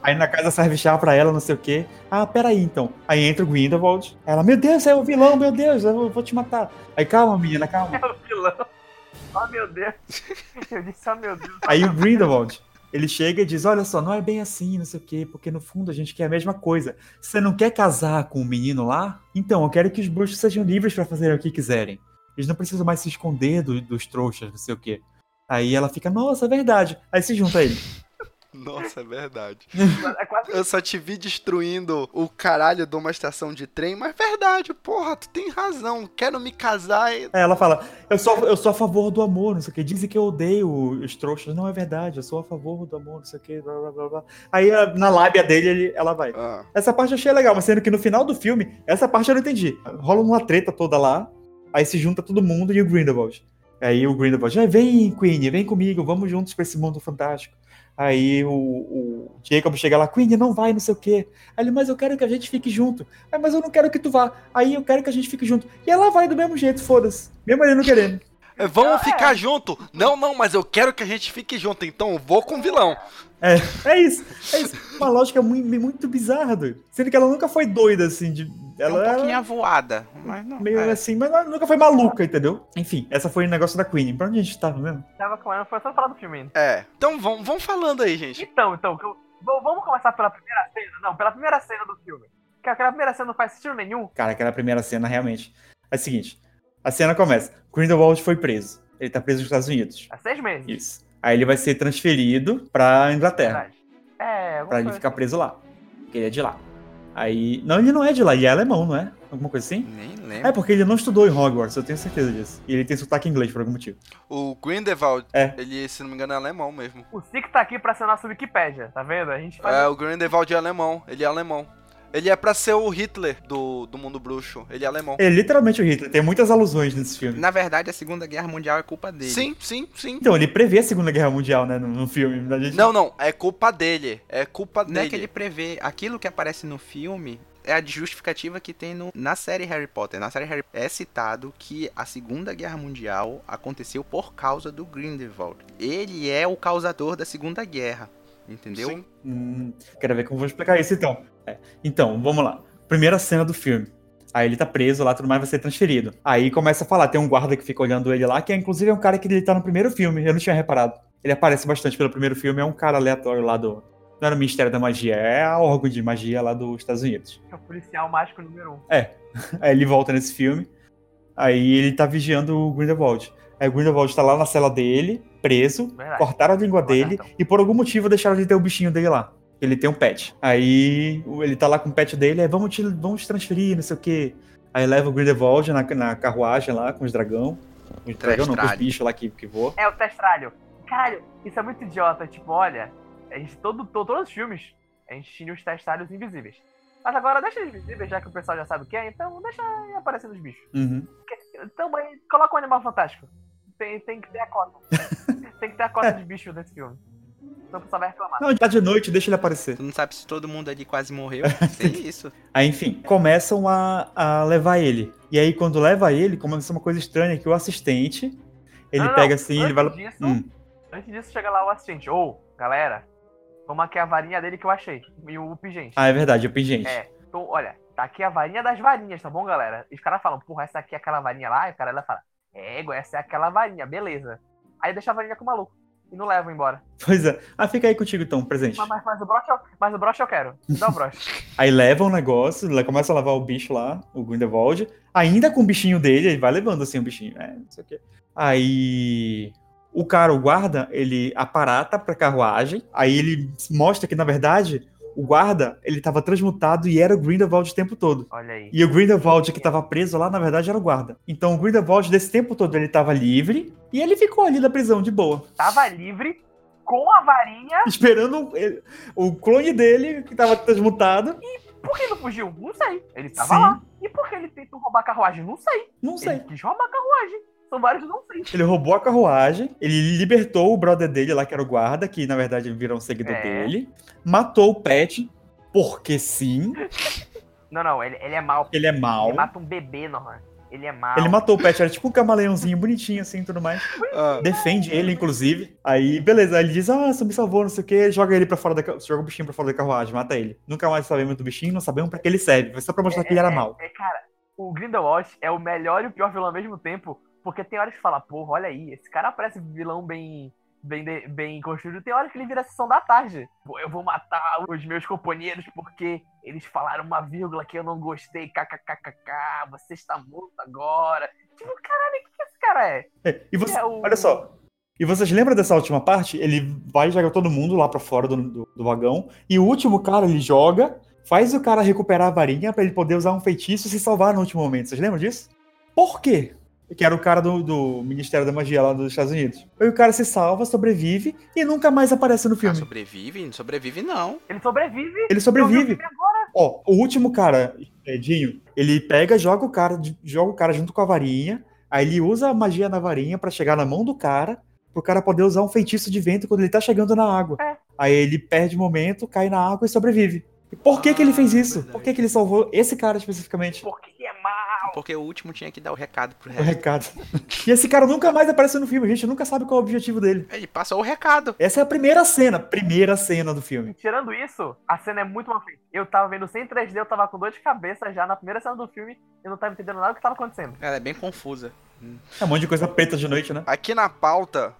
Aí na casa serve chá pra ela, não sei o quê. Ah, peraí então. Aí entra o Grindelwald. Ela, meu Deus, é o vilão, meu Deus, eu vou te matar. Aí, calma, menina, calma.
É o vilão. Oh, meu Deus. Eu disse, oh, meu Deus.
Aí o Grindelwald, ele chega e diz, olha só, não é bem assim, não sei o quê, porque no fundo a gente quer a mesma coisa. Você não quer casar com o menino lá? Então, eu quero que os bruxos sejam livres pra fazerem o que quiserem. Eles não precisam mais se esconder do- dos trouxas, não sei o quê. Aí ela fica, nossa, é verdade. Aí se junta a ele.
Nossa, é verdade.
É quase
Eu só te vi destruindo o caralho de uma estação de trem, mas verdade, porra, tu tem razão. Quero me casar e.
Aí É, ela fala, eu sou, eu sou a favor do amor, não sei o que. Dizem que eu odeio os trouxas. Não é verdade, eu sou a favor do amor, não sei o que. Blá, blá, blá, blá. Aí a- na lábia dele, ele- ela vai.
Ah,
Essa parte eu achei legal, mas sendo que no final do filme, essa parte eu não entendi. Rola uma treta toda lá, aí se junta todo mundo e o Grindelwald. Aí o Grindelwald, "Ah, vem Queen, vem comigo, vamos juntos pra esse mundo fantástico. Aí o, o Jacob chega lá, Queen, não vai, não sei o quê. Aí ele, mas eu quero que a gente fique junto. Ah, mas eu não quero que tu vá. Aí eu quero que a gente fique junto. E ela vai do mesmo jeito, foda-se. Mesmo ele não querendo.
é, Vamos ficar junto? Não, não, mas eu quero que a gente fique junto, então eu vou com o vilão.
É isso, é isso. Uma lógica mui- muito, bizarra, doido. Sendo que ela nunca foi doida, assim, de...
É um
Ela era-
pouquinho avoada. Mas não.
Meio
é.
assim, mas ela nunca foi maluca, entendeu? Enfim, essa foi o negócio da Queen. Pra onde a gente tava mesmo?
tava com ela, foi só falar do filme.
É. Então vão, vão falando aí, gente.
Então, então, que eu- v- vamos começar pela primeira cena? Não, pela primeira cena do filme. Que aquela primeira cena não faz sentido nenhum.
Cara, aquela primeira cena realmente. É o seguinte: a cena começa. Grindelwald foi preso. Ele tá preso nos Estados Unidos.
Há É seis meses.
Isso. Aí ele vai ser transferido pra Inglaterra.
Verdade. É,
Pra ele
vamos-
ficar preso lá. Porque ele é de lá. Aí. Não, ele não é de lá, ele é alemão, não é? Alguma coisa assim?
Nem
É,
lembro.
porque ele não estudou em Hogwarts, eu tenho certeza disso. E ele tem sotaque inglês por algum motivo.
O Grindelwald,
É.
ele, se não me engano, é alemão mesmo.
O Cic tá aqui pra ser nosso Wikipédia, tá vendo? A gente faz.
É, o Grindelwald é alemão, ele é alemão. Ele é pra ser o Hitler do, do mundo bruxo, ele é alemão.
É literalmente o Hitler, tem muitas alusões nesse filme.
Na verdade, a Segunda Guerra Mundial é culpa dele.
Sim, sim, sim.
Então, ele prevê a Segunda Guerra Mundial, né, no, no filme. A gente-
Não, não, é culpa dele, é culpa
Não é
dele.
que ele prevê. Aquilo que aparece no filme é a justificativa que tem no- na série Harry Potter. Na série Harry é citado que a Segunda Guerra Mundial aconteceu por causa do Grindelwald. Ele é o causador da Segunda Guerra. Entendeu?
Sim.
Hum, quero ver como vou explicar isso, então. É, Então, vamos lá. Primeira cena do filme. Aí ele tá preso lá, tudo mais, vai ser transferido. Aí começa a falar, tem um guarda que fica olhando ele lá, que é inclusive é um cara que ele tá no primeiro filme, eu não tinha reparado. Ele aparece bastante pelo primeiro filme, é um cara aleatório lá do... Não era o Ministério da Magia, é a órgão de magia lá dos Estados Unidos.
que é o policial mágico número um.
Aí ele volta nesse filme. Aí ele tá vigiando o Grindelwald. Aí o Grindelwald tá lá na cela dele, preso.
Verdade.
Cortaram a língua
Vai,
dele
cartão.
e por algum motivo deixaram de ter o bichinho dele lá. Ele tem um pet. Aí o- ele tá lá com o pet dele, aí vamos te, vamos te transferir, não sei o quê. Aí leva o Grindelwald na, na carruagem lá com os dragão. Com os dragão não, com os
Trestralho.
bichos lá que, que voam.
É, o testralho. Caralho, isso é muito idiota. Tipo, olha, a gente, todo, to- todos os filmes, a gente tinha os testralhos invisíveis. Mas agora deixa eles visíveis, já que o pessoal já sabe o que é, então deixa aparecendo os bichos.
Uhum.
Então, mas coloca um animal fantástico. Tem, tem que ter a cota. tem que ter a cota de bicho nesse filme. Então o pessoal vai reclamar.
Não, tá de noite, deixa ele aparecer.
Tu não sabe se todo mundo ali quase morreu. Tem isso. Ah,
Aí, enfim, começam a, a levar ele. E aí, quando leva ele, começa uma coisa estranha que o assistente, ele
Não, não,
pega assim, ele
Ah, antes
vai... lá-
disso-
Hum.
Antes disso, chega lá o assistente. Ô, galera, vamos aqui a varinha dele que eu achei. E o pingente.
Ah, é verdade, é o pingente.
É. Então, olha, tá aqui a varinha das varinhas, tá bom, galera? E os caras falam, porra, essa aqui é aquela varinha lá. E o cara ela fala, é, igual, essa é aquela varinha, beleza. Aí deixa a varinha com o maluco. E não levam embora.
Pois é. Ah, fica aí contigo então, presente.
Mas, mas- mas o broche eu, mas o broche eu quero. Me Dá o broche.
Aí leva o negócio, le- começa a lavar o bicho lá, o Grindelwald. Ainda com o bichinho dele, ele vai levando assim o bichinho, é, não sei o quê. Aí o cara, o guarda, ele aparata pra carruagem. Aí ele mostra que, na verdade, o guarda, ele tava transmutado e era o Grindelwald o tempo todo.
Olha aí.
E o Grindelwald que tava preso lá, na verdade, era o guarda. Então o Grindelwald, desse tempo todo, ele tava livre e ele ficou ali na prisão de boa.
Tava livre com a varinha.
Esperando ele- o clone dele, que tava transmutado.
Por que ele não fugiu? Não sei. Ele tava
Sim.
lá. E por que ele tentou roubar a carruagem? Não sei.
Não sei.
Ele quis roubar a carruagem. São vários não sei.
Ele roubou a carruagem, ele libertou o brother dele lá, que era o guarda, que na verdade virou um seguidor
É.
dele. Matou o Pet, porque sim,
Não, não, ele, ele é mal.
ele é mau.
Ele mata um bebê, Norman. Ele é mal.
Ele matou o Pet, era tipo um camaleãozinho bonitinho assim e tudo mais.
Ah,
Defende ele, inclusive. Aí, beleza, aí ele diz: Ah, você me salvou, não sei o quê. Joga ele pra fora da ca- joga o bichinho pra fora da carruagem, mata ele. Nunca mais sabemos do bichinho, não sabemos pra que ele serve. Foi só pra mostrar que ele era mau.
É, cara, o Grindelwald é o melhor e o pior vilão ao mesmo tempo, porque tem horas que fala, porra, olha aí, esse cara parece vilão bem bem, de- bem construído, tem horas que ele vira a sessão da tarde. Pô, Eu vou matar os meus companheiros porque eles falaram uma vírgula que eu não gostei, kkkk, você está morto agora. Tipo, caralho, o que, que esse cara é?
É, E você,
É o-
olha só. E vocês lembram dessa última parte? Ele vai jogar todo mundo lá pra fora do, do, do vagão. E o último cara, ele joga, faz o cara recuperar a varinha pra ele poder usar um feitiço e se salvar no último momento. Vocês lembram disso? Por quê? Que era o cara do, do Ministério da Magia lá dos Estados Unidos. Aí o cara se salva, sobrevive e nunca mais aparece no
Ah,
filme.
sobrevive? Não sobrevive, não.
Ele sobrevive.
Ele
Eu vi o
sobrevive.
filme agora.
Ó, o último cara, é, Dinho, ele pega, joga o cara, joga o cara junto com a varinha, aí ele usa a magia na varinha pra chegar na mão do cara, pro cara poder usar um feitiço de vento quando ele tá chegando na água.
É.
Aí ele perde o momento, cai na água e sobrevive. E por que que ele fez
Ah,
isso?
verdade.
Por que que ele salvou esse cara especificamente?
Porque ele é mal.
Porque o último tinha que dar o recado pro
O
resto.
recado. E esse cara nunca mais aparece no filme, a gente nunca sabe qual é o objetivo dele.
Ele passou o recado.
Essa é a primeira cena, primeira cena do filme.
E tirando isso, a cena é muito mal feita. Eu tava vendo sem 3D, eu tava com dor de cabeça já na primeira cena do filme, eu não tava entendendo nada do que tava acontecendo.
Ela é bem confusa.
É um monte de coisa preta de noite, né?
Aqui na pauta,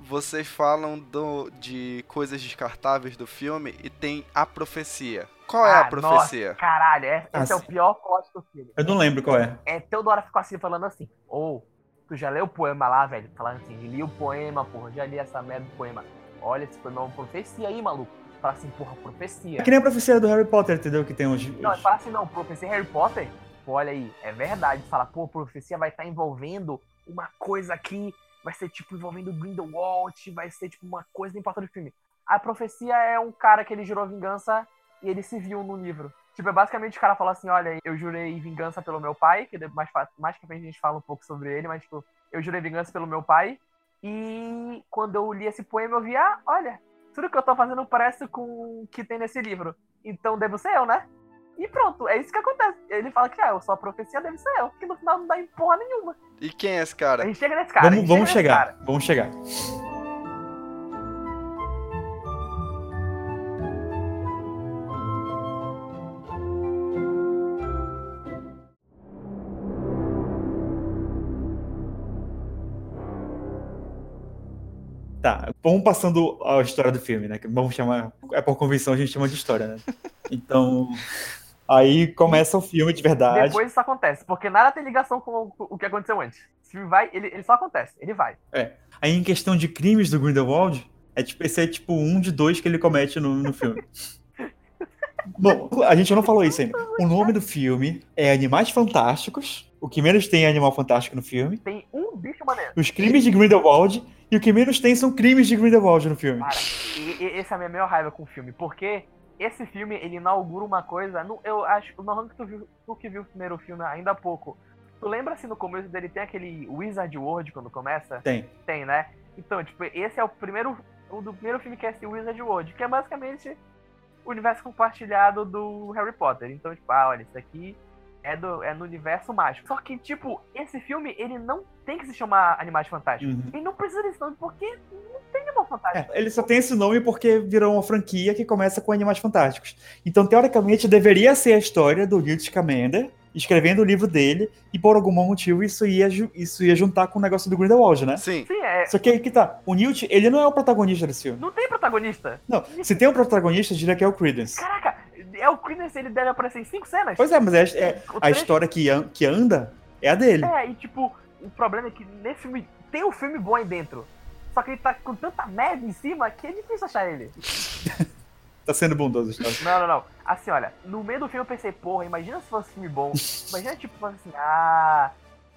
vocês falam do- de coisas descartáveis do filme e tem a profecia. Qual é
Ah,
a profecia?
Nossa, caralho, é,
Ah,
esse é o
sim.
pior plot do filme.
Eu não lembro qual é.
É, Teodora ficou assim, falando assim, ô, tu já leu o poema lá, velho? Falando assim, li o poema, porra, já li essa merda do poema. Olha, esse poema é uma profecia aí, maluco. Fala assim, porra, profecia.
É que nem a profecia do Harry Potter, entendeu? Que tem uns.
Não, ele fala assim, não, profecia Harry Potter tipo, olha aí, é verdade. Fala, pô, a profecia vai estar envolvendo uma coisa aqui, vai ser tipo envolvendo Grindelwald, vai ser tipo uma coisa importante do filme. A profecia é um cara que ele jurou vingança e ele se viu no livro. Tipo, é basicamente o cara fala assim, olha, eu jurei vingança pelo meu pai, que de- mais, fa- mais pra frente a gente fala um pouco sobre ele, mas tipo, eu jurei vingança pelo meu pai. E quando eu li esse poema, eu vi, ah, olha, tudo que eu tô fazendo parece com o que tem nesse livro. Então devo ser eu, né? E pronto, é isso que acontece. Ele fala que, ah, eu sou a profecia, deve ser eu. Que no final não dá em porra nenhuma.
E quem é esse
A
cara?
gente chega nesse cara. a
vamos
gente
vamos
chega nesse
chegar,
cara.
vamos chegar. Tá, vamos passando a história do filme, né? que Vamos chamar. É por convenção a gente chama de história, né? Então. Aí começa o filme de verdade.
Depois isso acontece, porque nada tem ligação com o- com o que aconteceu antes. Se vai, ele, ele só acontece, ele vai.
Aí em questão de crimes do Grindelwald, é tipo, esse é tipo um de dois que ele comete no, no filme. Bom, a gente não falou isso ainda. O nome do filme é Animais Fantásticos. O que menos tem é animal fantástico no filme.
Tem um bicho maneiro.
Os crimes de Grindelwald. E o que menos tem são crimes de Grindelwald no filme.
Cara, e, e- essa é a minha maior raiva com o filme, porque esse filme, ele inaugura uma coisa, não- eu acho, o Norman que tu, viu, tu que viu o primeiro filme ainda há pouco, tu lembra se no começo dele tem aquele Wizard World quando começa?
Tem.
Tem, né? Então, tipo, esse é o primeiro, o do primeiro filme que é esse Wizard World, que é basicamente o universo compartilhado do Harry Potter. Então, tipo, ah, olha, isso aqui é, do, é no universo mágico. Só que, tipo, esse filme, ele não tem que se chamar Animais Fantásticos.
Uhum.
Ele não precisa desse nome, porque não tem animal fantástico.
É, ele só tem esse nome porque virou uma franquia que começa com Animais Fantásticos. Então, teoricamente, deveria ser a história do Newt Scamander escrevendo o livro dele, e por algum motivo isso ia, ju- isso ia juntar com o negócio do Grindelwald, né?
Sim,
Sim, é.
Só que aí que tá, o Newt, ele não é o protagonista desse filme.
Não tem protagonista.
Não, se tem um protagonista, eu diria que é o Credence.
Caraca, é o Creedence, ele deve aparecer em cinco cenas.
Pois é, mas é, é-
O
a
trecho-
história que, an- que anda é a dele.
É, e tipo, o problema é que nesse filme tem um filme bom aí dentro. Só que ele tá com tanta merda em cima que é difícil achar ele.
Tá sendo bondoso a história.
Não, não, não. Assim, olha, no meio do filme eu pensei, porra, imagina se fosse um filme bom. Imagina, tipo, fosse assim, ah,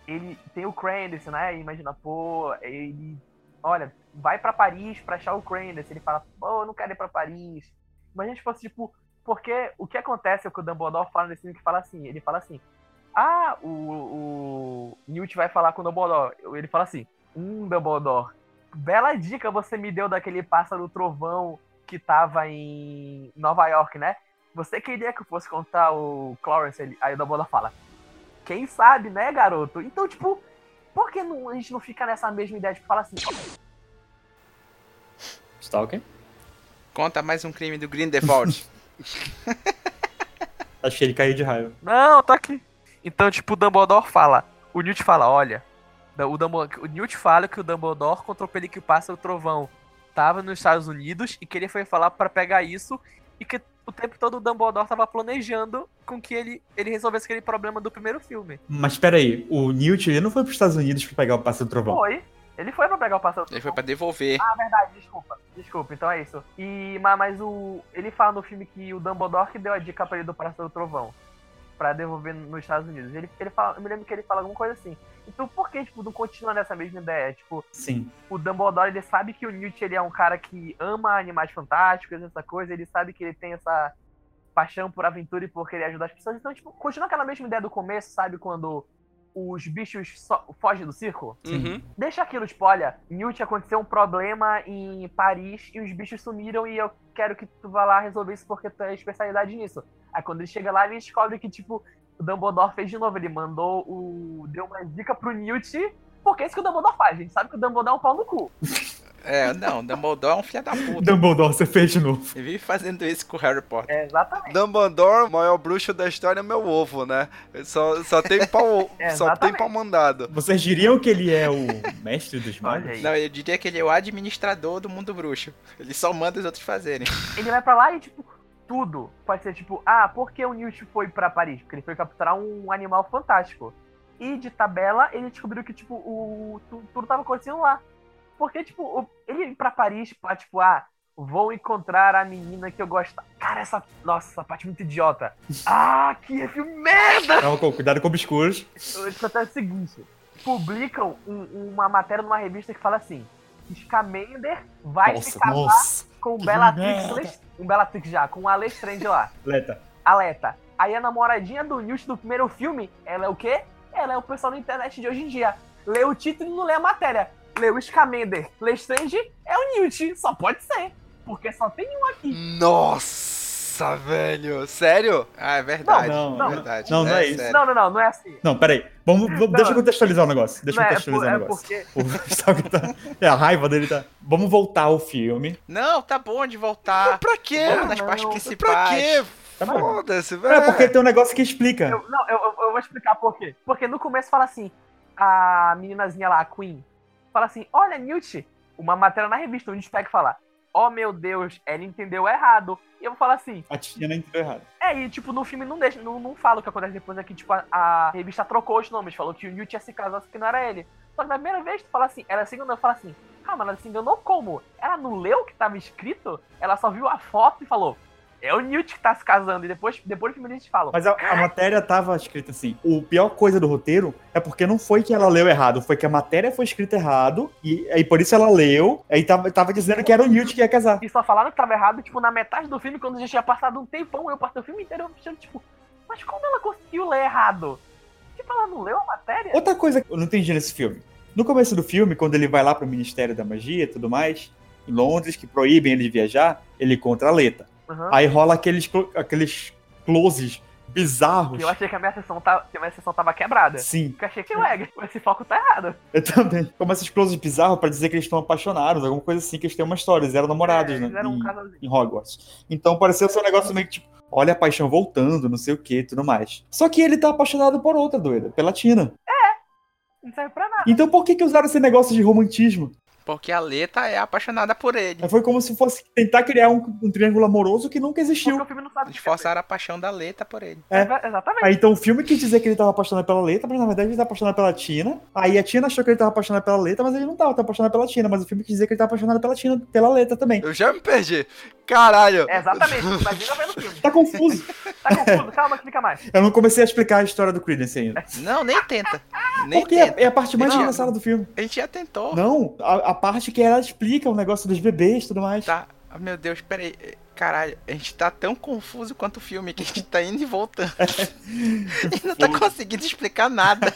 ele tem o Crandice, né? Imagina, pô, ele, olha, vai pra Paris pra achar o Crandice. Ele fala, pô, eu não quero ir pra Paris. Imagina se fosse, tipo, porque o que acontece é o que o Dumbledore fala nesse filme que fala assim, ele fala assim, ah, o, o Newt vai falar com o Dumbledore. Ele fala assim, hum, Dumbledore, bela dica você me deu daquele pássaro trovão que tava em Nova York, né? Você queria que eu fosse contar o Clarence ali? Aí o Dumbledore fala. Quem sabe, né, garoto? Então, tipo, por que não- a gente não fica nessa mesma ideia? Tipo, fala assim,
Stalker?
Conta mais um crime do Grindelwald.
Acho que ele caiu de raiva.
não, tá aqui. Então, tipo, o Dumbledore fala. O Newt fala, olha. O, Dumbledore, o Newt fala que o Dumbledore contou pra ele que o pássaro trovão tava nos Estados Unidos e que ele foi falar pra pegar isso e que o tempo todo o Dumbledore tava planejando com que ele, ele resolvesse aquele problema do primeiro filme.
Mas peraí, o Newt, ele não foi pros Estados Unidos pra pegar o passe do trovão.
Foi. Ele foi pra pegar o pássaro
Ele foi pra devolver.
verdade, desculpa. Desculpa, então é isso. E, ma- mas, o. Ele fala no filme que o Dumbledore que deu a dica pra ele do Pássaro do Trovão. Pra devolver nos Estados Unidos. Ele, ele fala, eu me lembro que ele fala alguma coisa assim. Então por que, tipo, não continua nessa mesma ideia? Tipo,
Sim.
o Dumbledore, ele sabe que o Newt, ele é um cara que ama animais fantásticos, essa coisa. Ele sabe que ele tem essa paixão por aventura e por querer ajudar as pessoas. Então, tipo, continua aquela mesma ideia do começo, sabe? Quando os bichos so- fogem do circo.
uhum.
Deixa aquilo, tipo, olha, Newt aconteceu um problema em Paris e os bichos sumiram e eu quero que tu vá lá resolver isso porque tu é especialidade nisso. Aí quando ele chega lá, ele descobre que, tipo, o Dumbledore fez de novo. Ele mandou o. deu uma dica pro Newt, porque é isso que o Dumbledore faz, a gente sabe que o Dumbledore é um pau no cu.
É, não, Dumbledore é um filho da puta.
Dumbledore, você fez de novo.
Ele vive fazendo isso com o Harry Potter.
É, exatamente.
Dumbledore, o maior bruxo da história é meu ovo, né? Só, só tem pau,
É,
só tem
exatamente.
pau mandado.
Vocês diriam que ele é o mestre dos
Olha
magos?
aí.
Não, eu diria que ele é o administrador do mundo bruxo. Ele só manda os outros fazerem.
Ele vai pra lá e, tipo, tudo. Pode ser, tipo, ah, por que o Newt foi pra Paris? Porque ele foi capturar um animal fantástico. E de tabela, ele descobriu que, tipo, o, tu- tudo tava acontecendo lá. Porque, tipo, o- ele ir pra Paris pra, tipo, ah, Vou encontrar a menina que eu gosto. Cara, essa. Nossa, essa parte é muito idiota. Ah, que filme merda!
Calma, cu- cuidado com obscuros.
Eles até o seguinte: publicam um- uma matéria numa revista que fala assim: Scamander vai se
Nossa,
casar
nossa.
com o
que
Bellatrix.
merda.
Lest- Um Bellatrix já, com o Lestrange lá.
Leta.
Aleta. Aí a namoradinha do Newt do primeiro filme, ela é o quê? Ela é o pessoal da internet de hoje em dia. Lê o título e não lê a matéria. Lê o Scamander. Lestrange é o Newt. Só pode ser. Porque só tem um aqui.
Nossa, velho. Sério? Ah, é verdade.
Não,
não,
é verdade.
não, não é isso.
sério.
Não, não, não. Não é assim.
Não, peraí. Vamos, vamos- deixa eu contextualizar o negócio. Deixa eu
Não, é, por-
contextualizar
é
o negócio.
porque...
O Gustavo tá- é, a raiva dele tá. Vamos voltar ao filme.
Não, tá bom de
Mas
voltar.
pra quê?
Vamos nas
não.
partes
Mas
principais.
Pra quê?
Tá bom.
Foda-se, velho.
É porque tem um negócio que explica.
Eu- não, eu, eu- eu vou explicar por quê. Porque no começo fala assim, a meninazinha lá, a Queen, fala assim, olha, Newt, uma matéria na revista, um destaque fala, oh meu Deus, ela entendeu errado. E eu vou falar assim,
A tia não entendeu errado.
é, e tipo, no filme não deixa, não, não fala o que acontece depois é que, tipo, a, a revista trocou os nomes, falou que o Newt ia se casar, só que não era ele. Só que na primeira vez tu fala assim, ela se enganou, fala assim, ah, mas ela se enganou como? Ela não leu o que tava escrito? Ela só viu a foto e falou, é o Newt que tá se casando. E depois, depois do filme eles falam,
Mas a, a matéria tava escrita assim. O pior coisa do roteiro é porque não foi que ela leu errado, foi que a matéria foi escrita errado, e aí por isso ela leu, aí tava, tava dizendo que era o Newt que ia casar.
E só falaram que tava errado, tipo, na metade do filme, quando já tinha passado um tempão, eu passei o filme inteiro achando, tipo, mas como ela conseguiu ler errado? Tipo, ela não leu a matéria?
Outra coisa que eu não entendi nesse filme. No começo do filme, quando ele vai lá pro Ministério da Magia e tudo mais, em Londres, que proíbem ele de viajar, ele contra a Leta.
Aham.
Aí rola aqueles, clo- aqueles closes bizarros.
Que eu achei que a minha sessão, tá, que a minha sessão tava quebrada.
Sim,
Que eu achei que, ué, esse foco tá errado.
eu também. Como esses closes bizarros pra dizer que eles estão apaixonados, alguma coisa assim, que eles têm uma história, eles eram namorados,
É,
né?
eles eram um
em-
casalzinho.
em Hogwarts. Então pareceu ser um negócio meio que tipo, olha a paixão voltando, não sei o que, tudo mais. Só que ele tá apaixonado por outra doida, pela Tina.
Não serve pra nada.
Então por que que usaram esse negócio de romantismo? É,
Porque a Leta é apaixonada por ele.
Foi como se fosse tentar criar um, um triângulo amoroso que nunca
Porque
existiu.
o filme não sabe.
Eles forçaram a paixão da Leta por ele.
É, Exatamente.
Aí então o filme quis dizer que ele tava apaixonado pela Leta, mas na verdade ele tá apaixonado pela Tina. Aí a Tina achou que ele tava apaixonado pela Leta, mas ele não tava, tava apaixonado pela Tina. Mas o filme quis dizer que ele tava apaixonado pela Tina, pela Leta também.
Eu já me perdi. Caralho.
É, exatamente. Imagina vendo o filme.
Tá confuso.
Tá confuso, calma, explica mais.
Eu não comecei a explicar a história do Creedence ainda.
Não, nem tenta. É, Nem
Porque é
tenta.
é a parte mais
Não.
engraçada do filme.
A gente já tentou.
Não, a, a parte que ela explica o negócio dos bebês e tudo mais.
Tá. Ah, Meu Deus, peraí. Caralho, a gente tá tão confuso quanto o filme que a gente tá indo e voltando. e não tá conseguindo explicar nada.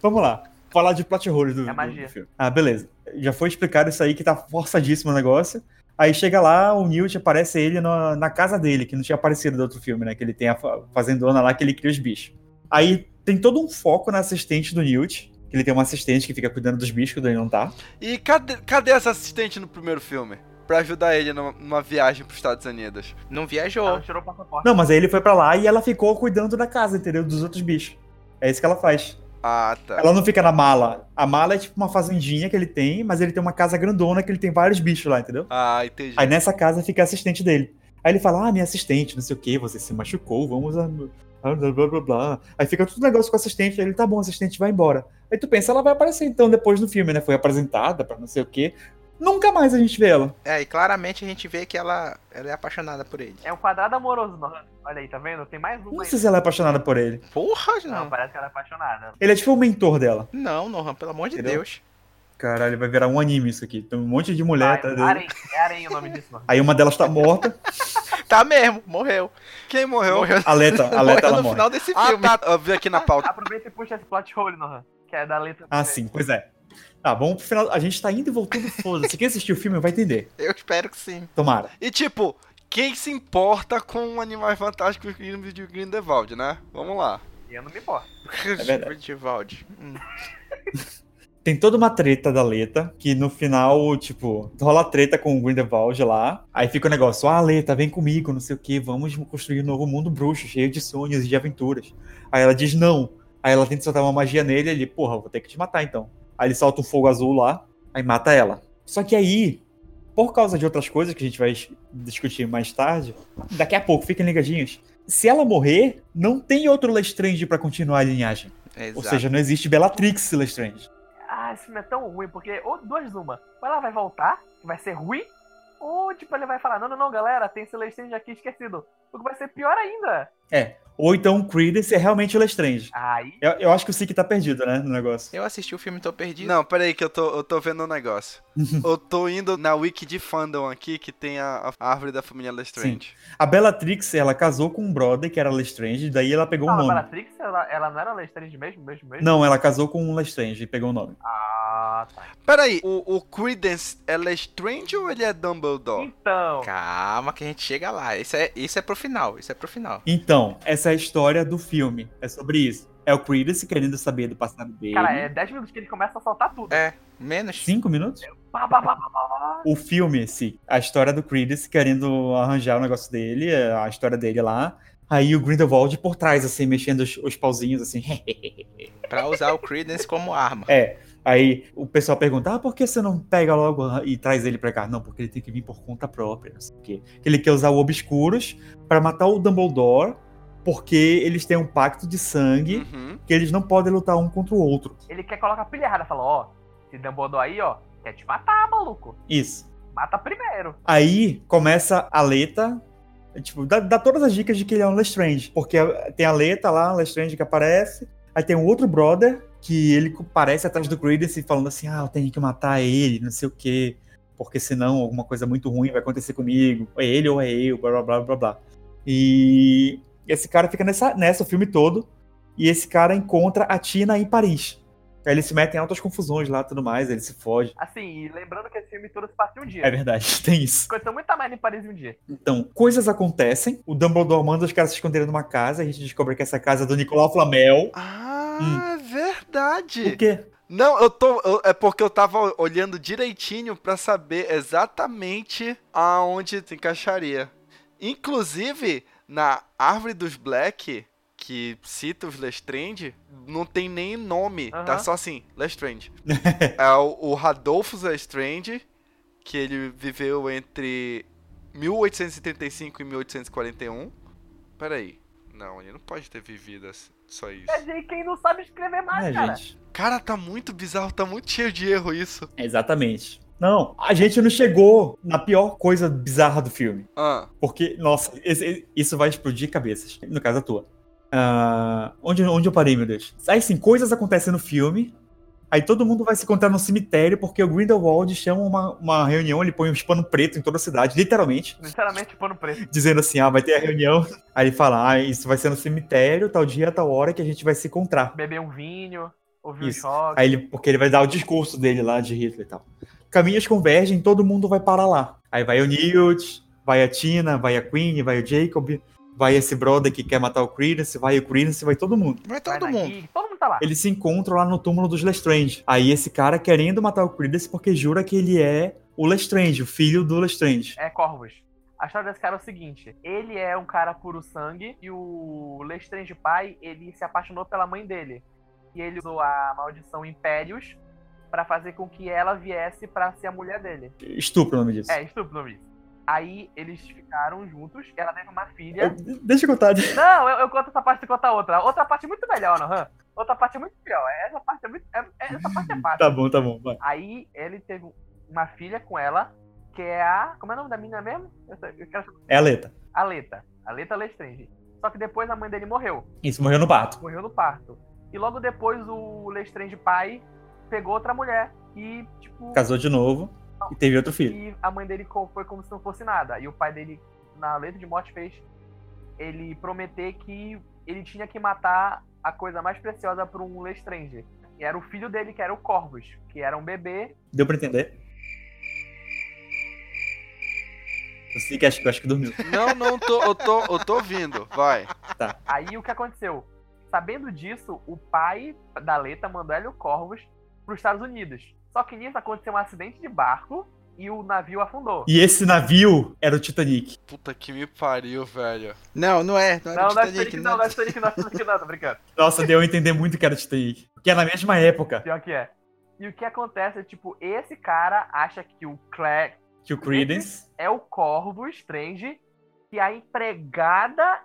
Vamos lá. Falar de plot holes do,
É
do-
magia.
do filme. Ah, beleza. Já foi explicado isso aí que tá forçadíssimo o negócio. Aí chega lá, o Newt aparece ele na, na casa dele, que não tinha aparecido do outro filme, né? Que ele tem a fa- fazendona lá que ele cria os bichos. Aí tem todo um foco na assistente do Newt, que ele tem uma assistente que fica cuidando dos bichos, que o Dani não tá.
E cadê, cadê essa assistente no primeiro filme? Pra ajudar ele numa, numa viagem pros Estados Unidos.
Não viajou.
Ela tirou o passaporte.
Não, mas aí ele foi pra lá e ela ficou cuidando da casa, entendeu? Dos outros bichos. É isso que ela faz.
Ah, tá.
Ela não fica na mala. A mala é tipo uma fazendinha que ele tem, mas ele tem uma casa grandona que ele tem vários bichos lá, entendeu?
Ah, entendi.
Aí nessa casa fica a assistente dele. Aí ele fala: Ah, minha assistente, não sei o que, você se machucou, vamos a. a- Blá, blá, blá, blá. Aí fica tudo um negócio com a assistente. Aí ele, tá bom, a assistente vai embora. Aí tu pensa, ela vai aparecer então depois no filme, né? Foi apresentada pra não sei o que. Nunca mais a gente vê ela.
É, e claramente a gente vê que ela, ela é apaixonada por ele.
É um quadrado amoroso, mano. Olha aí, tá vendo? Tem mais
Não
uma aí.
sei se ela é apaixonada por ele.
Porra,
Não,
não.
parece que ela é apaixonada.
Ele é tipo o mentor dela.
Não, Nohan, pelo amor de
Entendeu?
Deus.
Caralho, vai virar um anime isso aqui. Tem um monte de mulher atrás
Ah,
dele.
Arém. É Arém o nome disso, mano.
Aí uma delas tá morta.
Tá mesmo, morreu.
Quem morreu?
Morreu,
Aleta,
morreu
Aleta, ela
no
morre.
final desse
Ah,
filme.
tá. Eu vi aqui na pauta.
Aproveita e puxa esse plot hole, Nohan. Que é da letra.
Ah, sim, pois é. Tá, vamos pro final. A gente tá indo e voltando, foda-se. Quem assistiu o filme vai entender.
Eu espero que sim.
Tomara.
E tipo, quem se importa com animais fantásticos de Grindelwald, né? Vamos lá.
E eu não me importo.
verdade.
Grindelwald. Hum.
Tem toda uma treta da Leta, que no final, tipo, rola treta com o Grindelwald lá. Aí fica o negócio, ah, Leta, vem comigo, não sei o que, vamos construir um novo mundo bruxo, cheio de sonhos e de aventuras. Aí ela diz não. Aí ela tenta soltar uma magia nele, ele, porra, vou ter que te matar então. Aí ele solta um fogo azul lá, aí mata ela. Só que aí, por causa de outras coisas que a gente vai es- discutir mais tarde, daqui a pouco, fiquem ligadinhos. Se ela morrer, não tem outro Lestrange pra continuar a linhagem.
é Exato.
Ou seja, não existe Bellatrix Lestrange.
Ah, esse filme é tão ruim, porque ou duas uma. Ou ela vai voltar, que vai ser ruim, Ou, tipo, ele vai falar, não, não, não, galera, tem esse Lestrange aqui esquecido. O que vai ser pior ainda.
Ou então o Creedence é realmente o Lestrange.
Aí,
Eu, eu acho que o Sik tá perdido, né, no negócio.
Eu assisti o filme Tô Perdido.
Não, peraí que eu tô, eu tô vendo um negócio. eu tô indo na wiki de fandom aqui, que tem a, a árvore da família Lestrange.
A Bellatrix, ela casou com um brother que era Lestrange, daí ela pegou o
não, a
um nome.
Ah, Bellatrix, ela, ela não era Lestrange mesmo, mesmo, mesmo?
Não, ela casou com um Lestrange e pegou o nome.
Ah, tá.
Peraí, o, o Credence é Lestrange ou ele é Dumbledore?
Então,
Calma que a gente chega lá. Isso é, isso é pro final, isso é pro final.
Então, essa é a história do filme. É sobre isso. É o Creedence querendo saber do passado dele.
cara, é 10 minutos que ele começa a soltar tudo.
É, menos.
Cinco minutos?
Pá, pá, pá, pá, pá, pá.
O filme, sim. A história do Creedence querendo arranjar o negócio dele, a história dele lá. Aí o Grindelwald por trás, assim, mexendo os, os pauzinhos, assim.
Pra usar o Credence como arma.
é. Aí o pessoal pergunta, ah, por que você não pega logo e traz ele pra cá? Não, porque ele tem que vir por conta própria, não sei o quê. Que ele quer usar o Obscuros pra matar o Dumbledore, porque eles têm um pacto de sangue
Uhum.
que eles não podem lutar um contra o outro.
Ele quer colocar a pilha errada, fala, ó, esse Dumbledore aí, ó, quer te matar, maluco.
Isso.
Mata primeiro.
Aí começa a letra. Tipo, dá, dá todas as dicas de que ele é um Lestrange. Porque tem a letra lá, Lestrange que aparece. Aí tem um outro brother que ele aparece atrás do Credence falando assim: ah, eu tenho que matar ele, não sei o quê. Porque senão alguma coisa muito ruim vai acontecer comigo. É ele ou é eu, blá blá blá blá blá. E esse cara fica nessa, nessa o filme todo. E esse cara encontra a Tina em Paris. Aí eles se metem em altas confusões lá tudo mais, ele se foge.
Assim, e lembrando que esse filme todo se passa em um dia.
É verdade, tem isso.
Coisa muito mais em Paris em um dia.
Então, coisas acontecem. O Dumbledore manda os caras se esconderem numa casa. A gente descobre que essa casa é do Nicolau Flamel.
Ah, é
Por
verdade.
quê?
Não, eu tô. eu- é porque eu tava olhando direitinho pra saber exatamente aonde se encaixaria. Inclusive, na Árvore dos Black, que cita os Lestrange, não tem nem nome.
Aham.
Tá só assim, Lestrange. é o, o Radolfo Lestrange, que ele viveu entre 1835 e 1841. Peraí. Não, ele não pode ter vivido assim- só isso.
É gente quem não sabe escrever mais,
é,
Ah, cara.
gente.
Cara, tá muito bizarro, tá muito cheio de erro isso.
Exatamente. Não, a gente não chegou na pior coisa bizarra do filme.
Ah,
Porque, nossa, esse- isso vai explodir cabeças. No caso, a tua. Ah, onde, onde eu parei, meu Deus? Aí sim, coisas acontecem no filme. Aí todo mundo vai se encontrar no cemitério porque o Grindelwald chama uma, uma reunião, ele põe um pano preto em toda a cidade, literalmente.
Sinceramente, pano preto.
dizendo assim, ah, vai ter a reunião. Aí ele fala, ah, isso vai ser no cemitério, tal dia, tal hora que a gente vai se encontrar.
Beber um vinho, ouvir um
Isso.
choque.
Aí ele, porque ele vai dar o discurso dele lá de Hitler e tal. Caminhos convergem, todo mundo vai parar lá. Aí vai o Newt, vai a Tina, vai a Queen, vai o Jacob, vai esse brother que quer matar o Credence, vai o Credence, vai todo mundo.
Vai
Vai
todo
na
mundo.
geek, Todo mundo tá lá.
Eles se encontram lá no túmulo dos Lestrange. Aí esse cara querendo matar o Credence porque jura que ele é o Lestrange, o filho do Lestrange.
É, Corvus. A história desse cara é o seguinte: ele é um cara puro sangue e o Lestrange pai ele se apaixonou pela mãe dele. E ele usou a maldição Impérios pra fazer com que ela viesse pra ser a mulher dele.
Estupro o nome disso.
É, estúpido isso. Aí eles ficaram juntos, ela teve uma filha.
Eu- deixa eu contar.
Não, eu, eu conto essa parte e conto a outra. Outra parte é muito melhor, Nohan. Outra parte é muito pior. Essa parte é muito. é- é- essa parte é fácil.
Tá bom, tá bom, vai.
Aí ele teve uma filha com ela, que é a. Como é o nome da menina mesmo? Eu, sei- eu quero
É a letra.
A Leta. A Leta Lestrange. Só que depois a mãe dele morreu.
Isso, morreu no bato.
Morreu no parto. E logo depois o Lestrange pai pegou outra mulher. E, tipo.
Casou de novo e teve outro filho.
E a mãe dele co- foi como se não fosse nada. E o pai dele, na letra de morte, fez ele prometer que ele tinha que matar a coisa mais preciosa para um Lestrange. E era o filho dele, que era o Corvus, que era um bebê.
Deu pra entender? Você que acho, acho que dormiu.
não, não, tô, eu tô, eu tô ouvindo, vai.
Aí o que aconteceu? Sabendo disso, o pai da Leta mandou ela e o Corvus para os Estados Unidos. Só que nisso aconteceu um acidente de barco e o navio afundou.
E esse navio era o Titanic.
Puta que me pariu, velho.
Não, não é. Não, é
Não,
do
não é
Titanic,
Titanic, não, não é Titanic, não é Titanic, não, tô brincando.
Nossa, deu a entender muito que era o Titanic. Porque é na mesma época
Pior que é. E o que acontece é, tipo, esse cara acha que o Cla
que o Credence.
é o Corvo Strange, que é a empregada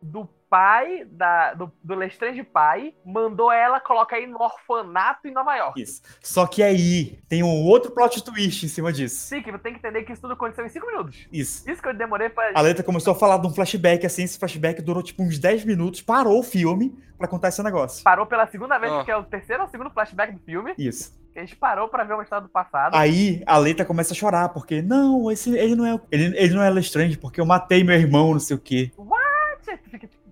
do pai, da, do, do Lestrange pai, mandou ela colocar ele no orfanato em Nova York.
Isso. Só que aí tem um outro plot twist em cima disso.
Sim, que tem que entender que isso tudo aconteceu em 5 minutos.
Isso.
Isso que eu demorei pra.
A letra começou a falar de um flashback, assim, esse flashback durou tipo uns 10 minutos, parou o filme pra contar esse negócio.
Parou pela segunda vez,
Ah.
porque é o terceiro ou segundo flashback do filme.
Isso.
que A gente parou pra ver uma história do passado.
Aí a Leita começa a chorar, porque não, esse, ele não é ele, ele não é Lestrange, porque eu matei meu irmão, não sei o quê.
Gente, tu fica tipo,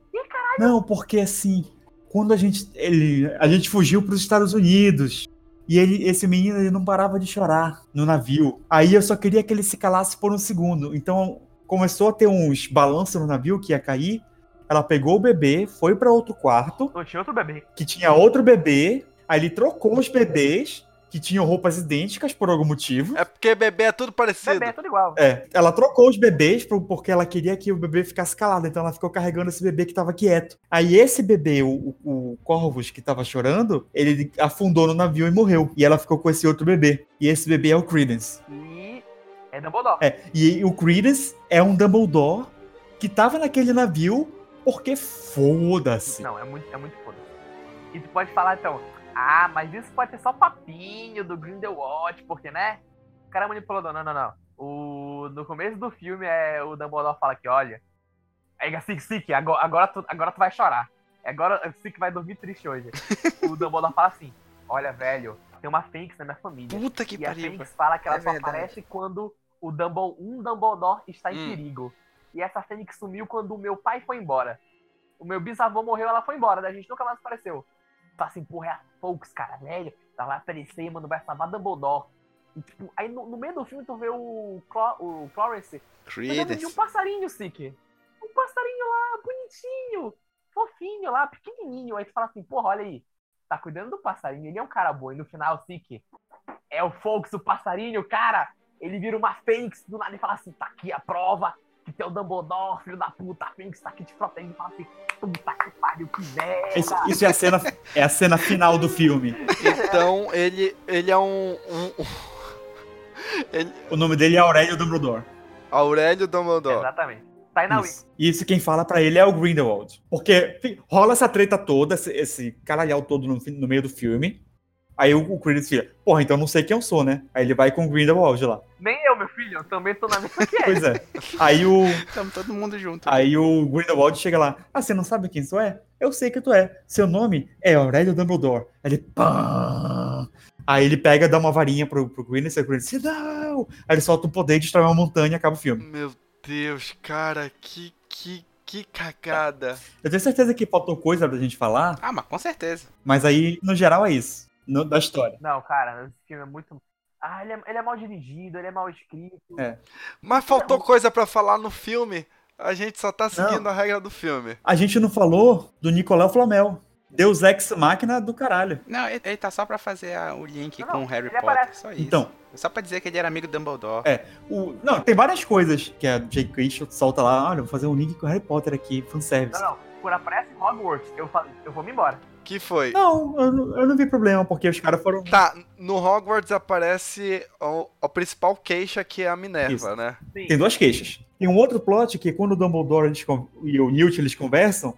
Não, porque assim, quando a gente ele a gente fugiu para os Estados Unidos e ele esse menino ele não parava de chorar no navio. Aí eu só queria que ele se calasse por um segundo. Então começou a ter uns balanços no navio que ia cair. Ela pegou o bebê, foi para outro quarto
"Não, tinha outro bebê.
que tinha outro bebê. Aí ele trocou os bebês que tinham roupas idênticas por algum motivo.
É porque bebê é tudo parecido.
Bebê, é tudo igual.
É, ela trocou os bebês pro- porque ela queria que o bebê ficasse calado, então ela ficou carregando esse bebê que tava quieto. Aí esse bebê, o, o Corvus, que tava chorando, ele afundou no navio e morreu. E ela ficou com esse outro bebê. E esse bebê é o Credence.
E é Dumbledore.
É, e o Credence é um Dumbledore que tava naquele navio porque foda-se.
Não, é muito, é muito foda. E tu pode falar, então, ah, mas isso pode ser só papinho do Grindelwald, porque, né? O cara manipulador. Não, não, não. O, no começo do filme, é, o Dumbledore fala que, olha, é assim, Sik, agora, agora, tu, agora tu vai chorar. Agora o Sik vai dormir triste hoje. o Dumbledore fala assim, olha, velho, tem uma Fênix na minha família.
Puta que
e a
pariu.
Fênix fala que ela
É
só
verdade.
aparece quando o Dumbledore, um Dumbledore está em
Hum.
perigo. E essa Fênix sumiu quando o meu pai foi embora. O meu bisavô morreu, ela foi embora, da gente nunca mais apareceu. Fala assim, porra, é a Fox, cara, velho. Ela vai aparecer, mano, vai salvar Dumbledore. E, tipo, aí no, no meio do filme tu vê o, Clo o Clarence cuidando de um
Credence.
passarinho, Sick. Um passarinho lá, bonitinho, fofinho lá, pequenininho. Aí tu fala assim, porra, olha aí. Tá cuidando do passarinho, ele é um cara bom. E no final, Sick, é o Fox, o passarinho, cara. Ele vira uma fênix do nada e fala assim, tá aqui a prova. Que tem o Dumbledore, filho da puta, a Fênix tá aqui te protegendo. E fala assim, puta que pariu, que merda.
Isso, isso é, a cena, é a cena final do filme.
Então ele, ele é um. um- ele-
O nome dele é Aurélio Dumbledore.
Aurélio Dumbledore.
Exatamente. Tá aí na Wiki.
Isso. E isso quem fala pra ele é o Grindelwald. Porque enfim, rola essa treta toda, esse, esse caralhau todo no, fi- no meio do filme. Aí o, o Credence fica, porra, então não sei quem eu sou, né? Aí ele vai com o Grindelwald lá.
Nem eu, meu filho, eu também tô na mesma que ele.
Pois é. aí, o,
Estamos todo mundo junto.
aí o Grindelwald chega lá, ah, você não sabe quem tu é? Eu sei que tu é. Seu nome é Aurélio Dumbledore. Aí ele, pá. Aí ele pega, dá uma varinha pro, pro Credence, e o Credence, não! Aí ele solta o poder, destrói uma montanha e acaba o filme.
Meu Deus, cara, que, que, que cagada.
Eu tenho certeza que faltou coisa pra gente falar,
Ah, mas com certeza.
mas aí, no geral, é isso. no- da história.
Não, cara, esse filme é muito. Ah, ele é, ele é mal dirigido, ele é mal escrito.
É.
Mas faltou coisa pra falar no filme. A gente só tá seguindo a regra do filme.
A gente não falou do Nicolau Flamel. Deus Ex Máquina do caralho.
Não, ele, ele tá só pra fazer a- o link
Não,
com
não,
o Harry
ele
Potter.
aparece.
Só isso. É
Então,
Só pra dizer que ele era amigo do Dumbledore.
É. o- não, tem várias coisas que a J.K. Rowling solta lá. Olha, vou fazer um link com o Harry Potter aqui, fanservice.
Não, não. Quando aparece Hogwarts, eu, falo, eu vou me embora.
Que foi?
Não, eu, não- eu não vi problema, porque os caras foram.
Tá, no Hogwarts aparece o, a principal queixa que é a Minerva,
Isso.
né?
Sim.
Tem duas queixas. Tem um outro plot que quando o Dumbledore eles con- e o Newt eles conversam,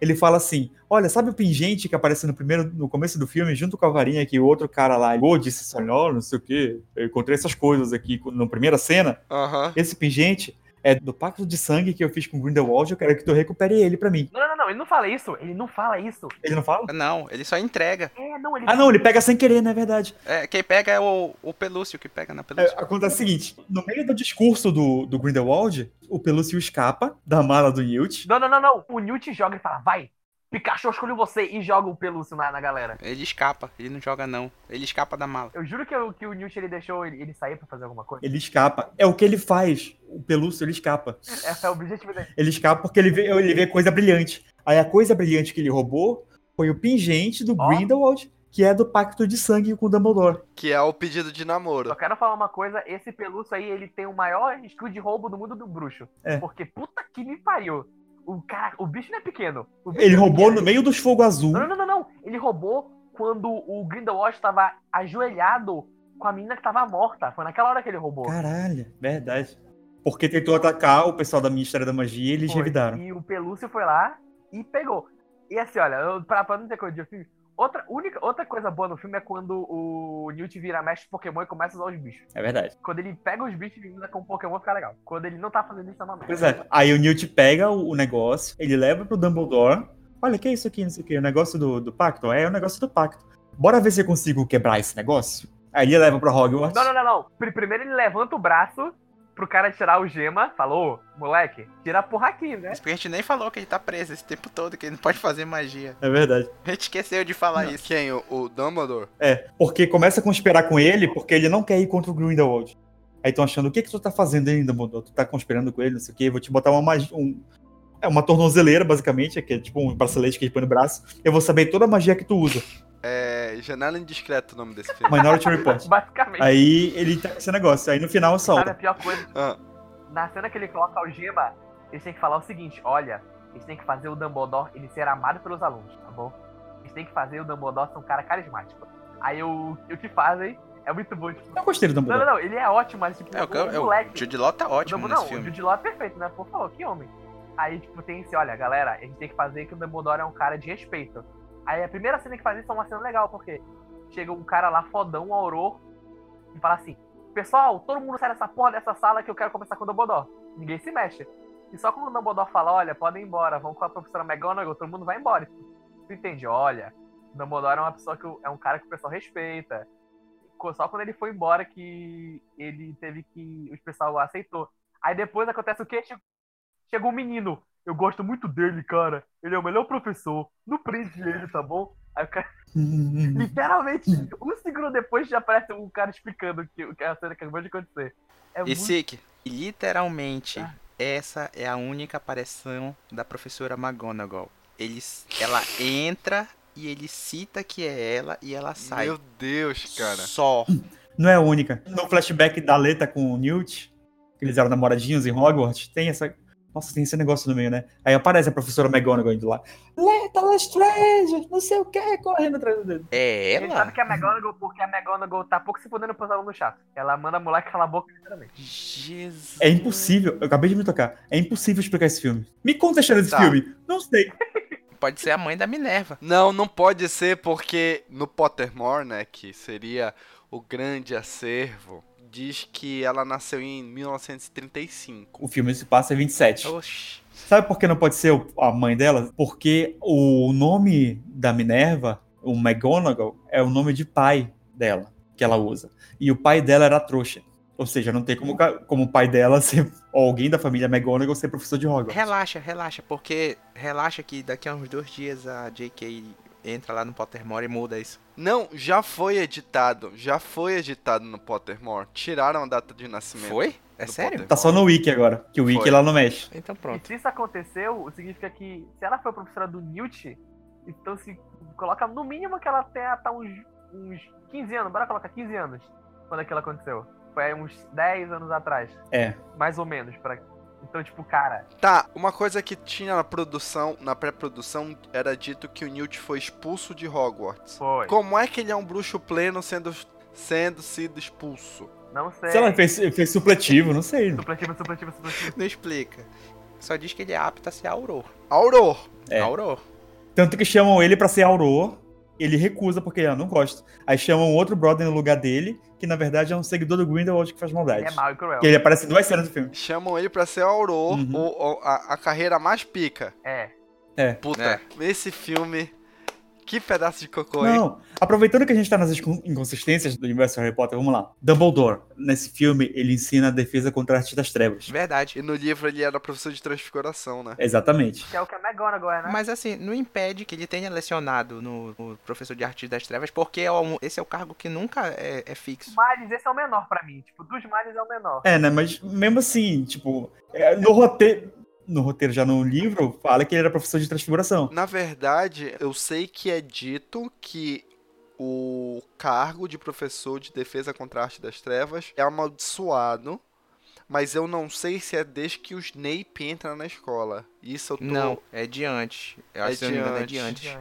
ele fala assim: Olha, sabe o pingente que aparece no primeiro, no começo do filme, junto com a varinha que o outro cara lá ligou, disse assim: "Olha, não sei o quê, eu encontrei essas coisas aqui na primeira cena.
Aham.
Esse pingente é do pacto de sangue que eu fiz com o Grindelwald, eu quero que tu recupere ele pra mim.
Não, não, não, não, ele não fala isso, ele não fala isso.
Ele não fala?
Não, ele só entrega.
É, não, ele.
Ah não, ele pega sem querer, não é verdade.
É, quem pega é o, o Pelúcio, que pega na
É,
Pelúcio.
acontece o seguinte, no meio do discurso do, do Grindelwald, o Pelúcio escapa da mala do Newt.
Não, não, não, não. O Newt joga e fala, vai, Pikachu escolheu você e joga o pelúcio na, na galera.
Ele escapa, ele não joga não. Ele escapa da mala.
Eu juro que, eu, que o Newt ele deixou ele, ele sair pra fazer alguma coisa.
Ele escapa. É o que ele faz. O Pelúcio, ele escapa.
Esse é o objetivo dele.
Ele escapa porque ele vê, ele vê coisa brilhante. Aí a coisa brilhante que ele roubou foi o pingente do
Ó.
Grindelwald, que é do pacto de sangue com o Dumbledore.
Que é o pedido de namoro.
Só quero falar uma coisa, esse pelúcio aí, ele tem o maior risco de roubo do mundo do bruxo.
É.
Porque puta que me pariu. O cara, o bicho não é pequeno. O bicho
Ele
não é
roubou
pequeno.
no meio dos fogo azul.
Não, não, não, não. Ele roubou quando o Grindelwald estava ajoelhado com a menina que estava morta. Foi naquela hora que ele roubou.
Caralho, verdade. Porque tentou atacar o pessoal da Ministério da Magia e eles
Foi.
revidaram.
E o Pelúcio foi lá, e pegou. E assim, olha, eu, pra, pra não ter coisa de filme, outra, única, outra coisa boa no filme é quando o Newt vira mestre Pokémon e começa a usar os bichos.
É verdade.
Quando ele pega os bichos e usa com o Pokémon, fica legal. Quando ele não tá fazendo isso, é uma merda.
Pois é. Aí o Newt pega o, o negócio, ele leva pro Dumbledore. Olha, que é isso aqui, não sei o que. O negócio do, do pacto? É o negócio do pacto. Bora ver se eu consigo quebrar esse negócio? Aí ele leva pro Hogwarts.
Não, não, não, não. Pri- Primeiro ele levanta o braço pro cara tirar o gema. Falou, "Ô, moleque, tira a porra aqui, né?
Mas porque a gente nem falou que ele tá preso esse tempo todo, que ele não pode fazer magia.
É verdade.
A gente esqueceu de falar isso.
Quem? O, o Dumbledore?
É, porque começa a conspirar com ele porque ele não quer ir contra o Grindelwald. Aí estão achando, o que que tu tá fazendo ainda, Dumbledore? Tu tá conspirando com ele, não sei o quê, vou te botar uma magia... Um... É uma tornozeleira, basicamente, que é tipo um bracelete que ele põe no braço. Eu vou saber toda a magia que tu usa.
É. Janela Indiscreta o nome desse filme.
Minority Report.
Basicamente.
Aí ele tá com esse negócio. Aí no final
Sabe a
solta.
pior coisa?
Ah.
Na cena que ele coloca a algema, eles têm que falar o seguinte: olha, eles têm que fazer o Dumbledore ele ser amado pelos alunos, tá bom? Eles têm que fazer o Dumbledore ser um cara carismático. Aí eu, o que fazem é muito bom. Tipo,
Eu gostei do
não,
Dumbledore.
não, não, ele é ótimo, mas tipo,
É, o,
o
é, o
moleque.
Jude Law tá
O
ótimo
Dumbledore,
nesse
não, o
filme.
Jude Law é perfeito, né? Por favor, que homem. Aí, tipo, tem esse, olha, galera, a gente tem que fazer que o Dumbledore é um cara de respeito. Aí a primeira cena que faz isso é uma cena legal, porque chega um cara lá fodão, um auror, e fala assim, pessoal, todo mundo sai dessa porra dessa sala que eu quero conversar com o Dumbledore. Ninguém se mexe. E só quando o Dumbledore fala, olha, podem ir embora, vão com a professora McGonagall, todo mundo vai embora. Tu entende? Olha, o Dumbledore é uma pessoa que o- é um cara que o pessoal respeita. Co- Só quando ele foi embora que ele teve que. O pessoal aceitou. Aí depois acontece o quê? Che- Chegou um menino. Eu gosto muito dele, cara. Ele é o melhor professor. Não prende ele, tá bom? Aí o cara, literalmente, um segundo depois já aparece um cara explicando o que, o que é a cena que acabou de acontecer.
Tá
É
E
muito
Sick, literalmente,
Ah.
essa é a única aparição da professora McGonagall. Eles, ela entra e ele cita que é ela e ela sai.
Meu Deus, cara.
Só.
Não é a única. No flashback da Leta com o Newt, que eles eram namoradinhos em Hogwarts, tem essa. Nossa, tem esse negócio no meio, né? Aí aparece a professora McGonagall indo lá. Leta Lestrange, não sei o que, correndo atrás dele.
É
Ele sabe
ela?
que é a McGonagall, porque a McGonagall tá pouco se fudendo pros alunos chato. Ela manda a moleque calar a boca literalmente.
Jesus.
É impossível, eu acabei de me tocar. É impossível explicar esse filme. Me conta a história desse
Tá.
filme. Não sei.
Pode ser a mãe da Minerva.
Não, não pode ser porque no Pottermore, né, que seria o grande acervo, diz que ela nasceu em 1935.
O filme se passa em 27.
Oxi.
Sabe por que não pode ser o- a mãe dela? Porque o nome da Minerva, o McGonagall, é o nome de pai dela, que ela usa. E o pai dela era trouxa. Ou seja, não tem como, ca- como o pai dela ser, ou alguém da família McGonagall ser professor de Hogwarts.
Relaxa, relaxa, porque relaxa que daqui a uns dois dias a JK entra lá no Pottermore e muda isso.
Não, já foi editado, já foi editado no Pottermore. Tiraram a data de nascimento.
Foi? É
Do
sério?
Potter.
Tá só no Wiki agora, que o Wiki
Foi.
lá não mexe.
Então
E
pronto.
se isso aconteceu, significa que se ela foi professora do Newt, então se coloca no mínimo que ela tenha tá uns, uns 15 anos, bora colocar 15 anos, quando aquilo aconteceu. Foi aí uns 10 anos atrás,
É.
mais ou menos. Pra... Então, tipo, cara,
Tá, uma coisa que tinha na produção, na pré-produção, era dito que o Newt foi expulso de Hogwarts.
foi.
Como é que ele é um bruxo pleno sendo sendo sido expulso?
Não sei.
Se ela fez, fez supletivo, não sei.
Supletivo, supletivo, supletivo.
Não explica. Só diz que ele é apto a ser Auror.
Auror,
É.
Auror.
Tanto que chamam ele pra ser Auror, ele recusa porque ah, não gosta. Aí chamam outro brother no lugar dele, que na verdade é um seguidor do Grindelwald que faz maldade.
Ele é mau e cruel.
Que ele aparece em duas cenas do filme.
chamam ele pra ser Auror,
Uhum.
o- o- a, a carreira mais pica.
É.
Puta,
É.
esse filme, que pedaço de cocô, é hein?
Não, aproveitando que a gente tá nas incon- inconsistências do universo Harry Potter, vamos lá. Dumbledore, nesse filme, ele ensina a defesa contra a arte das trevas.
Verdade.
E no livro ele era professor de transfiguração, né?
Exatamente.
Que é o que a McGonagall é, né?
Mas assim, não impede que ele tenha lecionado no, no professor de artes das trevas, porque é um- esse é o cargo que nunca é, é fixo.
Males, esse é o menor pra mim. Tipo, dos males é o menor.
É, né? Mas mesmo assim, tipo, é, no roteiro. No roteiro, já no livro, fala que ele era professor de transfiguração.
Na verdade, eu sei que é dito que o cargo de professor de defesa contra a arte das trevas é amaldiçoado, mas eu não sei se é desde que o Snape entra na escola. Isso eu tô...
Não, é de antes. Eu
É
acho que se eu não me engano, é
de
de antes.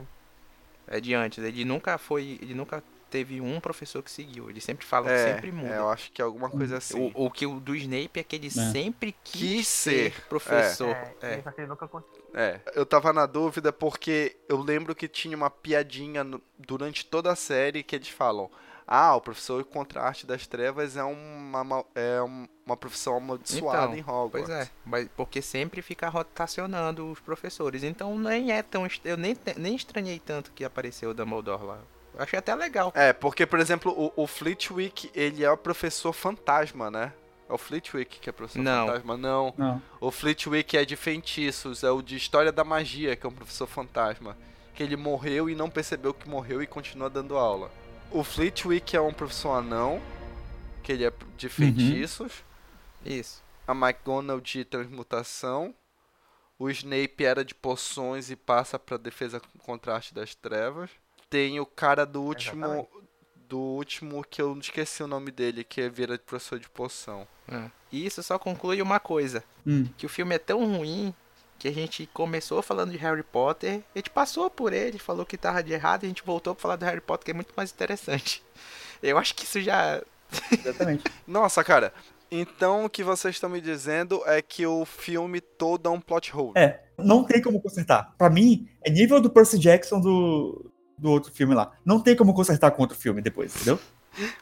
É de antes. Ele nunca foi. Ele nunca teve um professor que seguiu. Eles sempre falam que
É,
sempre muda.
é, eu acho que é alguma coisa assim.
O, o que o do Snape é que ele sempre quis
Quis
ser,
ser,
professor. É.
Só que ele nunca conseguiu.
É, eu tava na dúvida porque eu lembro que tinha uma piadinha no- durante toda a série que eles falam: Ah, o professor contra a arte das trevas é uma, mal- é um- uma profissão amaldiçoada
Então,
em Hogwarts.
Pois é, mas porque sempre fica rotacionando os professores. Então nem é tão. est- Eu nem, te- nem estranhei tanto que apareceu o Dumbledore lá. Eu achei até legal.
É, porque, por exemplo, o, o Flitwick, ele é o professor fantasma, né? É o Flitwick que é professor
Não.
fantasma, não.
Não.
O Flitwick é de feitiços, é o de história da magia, que é um professor fantasma. Que ele morreu e não percebeu que morreu e continua dando aula. O Flitwick é um professor anão, que ele é de feitiços.
Isso.
A McGonagall de transmutação. O Snape era de poções e passa pra defesa contra a arte das trevas. Tem o cara do último. Do último que eu esqueci o nome dele, que vira de professor de poção.
É. E isso só conclui uma coisa:
Hum.
que o filme é tão ruim que a gente começou falando de Harry Potter, a gente passou por ele, falou que tava de errado, e a gente voltou pra falar do Harry Potter, que é muito mais interessante. Eu acho que isso já.
Exatamente.
Nossa, cara. Então o que vocês estão me dizendo é que o filme todo é um plot hole.
É. Não tem como consertar. Pra mim, é nível do Percy Jackson do, do outro filme lá. Não tem como consertar com outro filme depois, entendeu?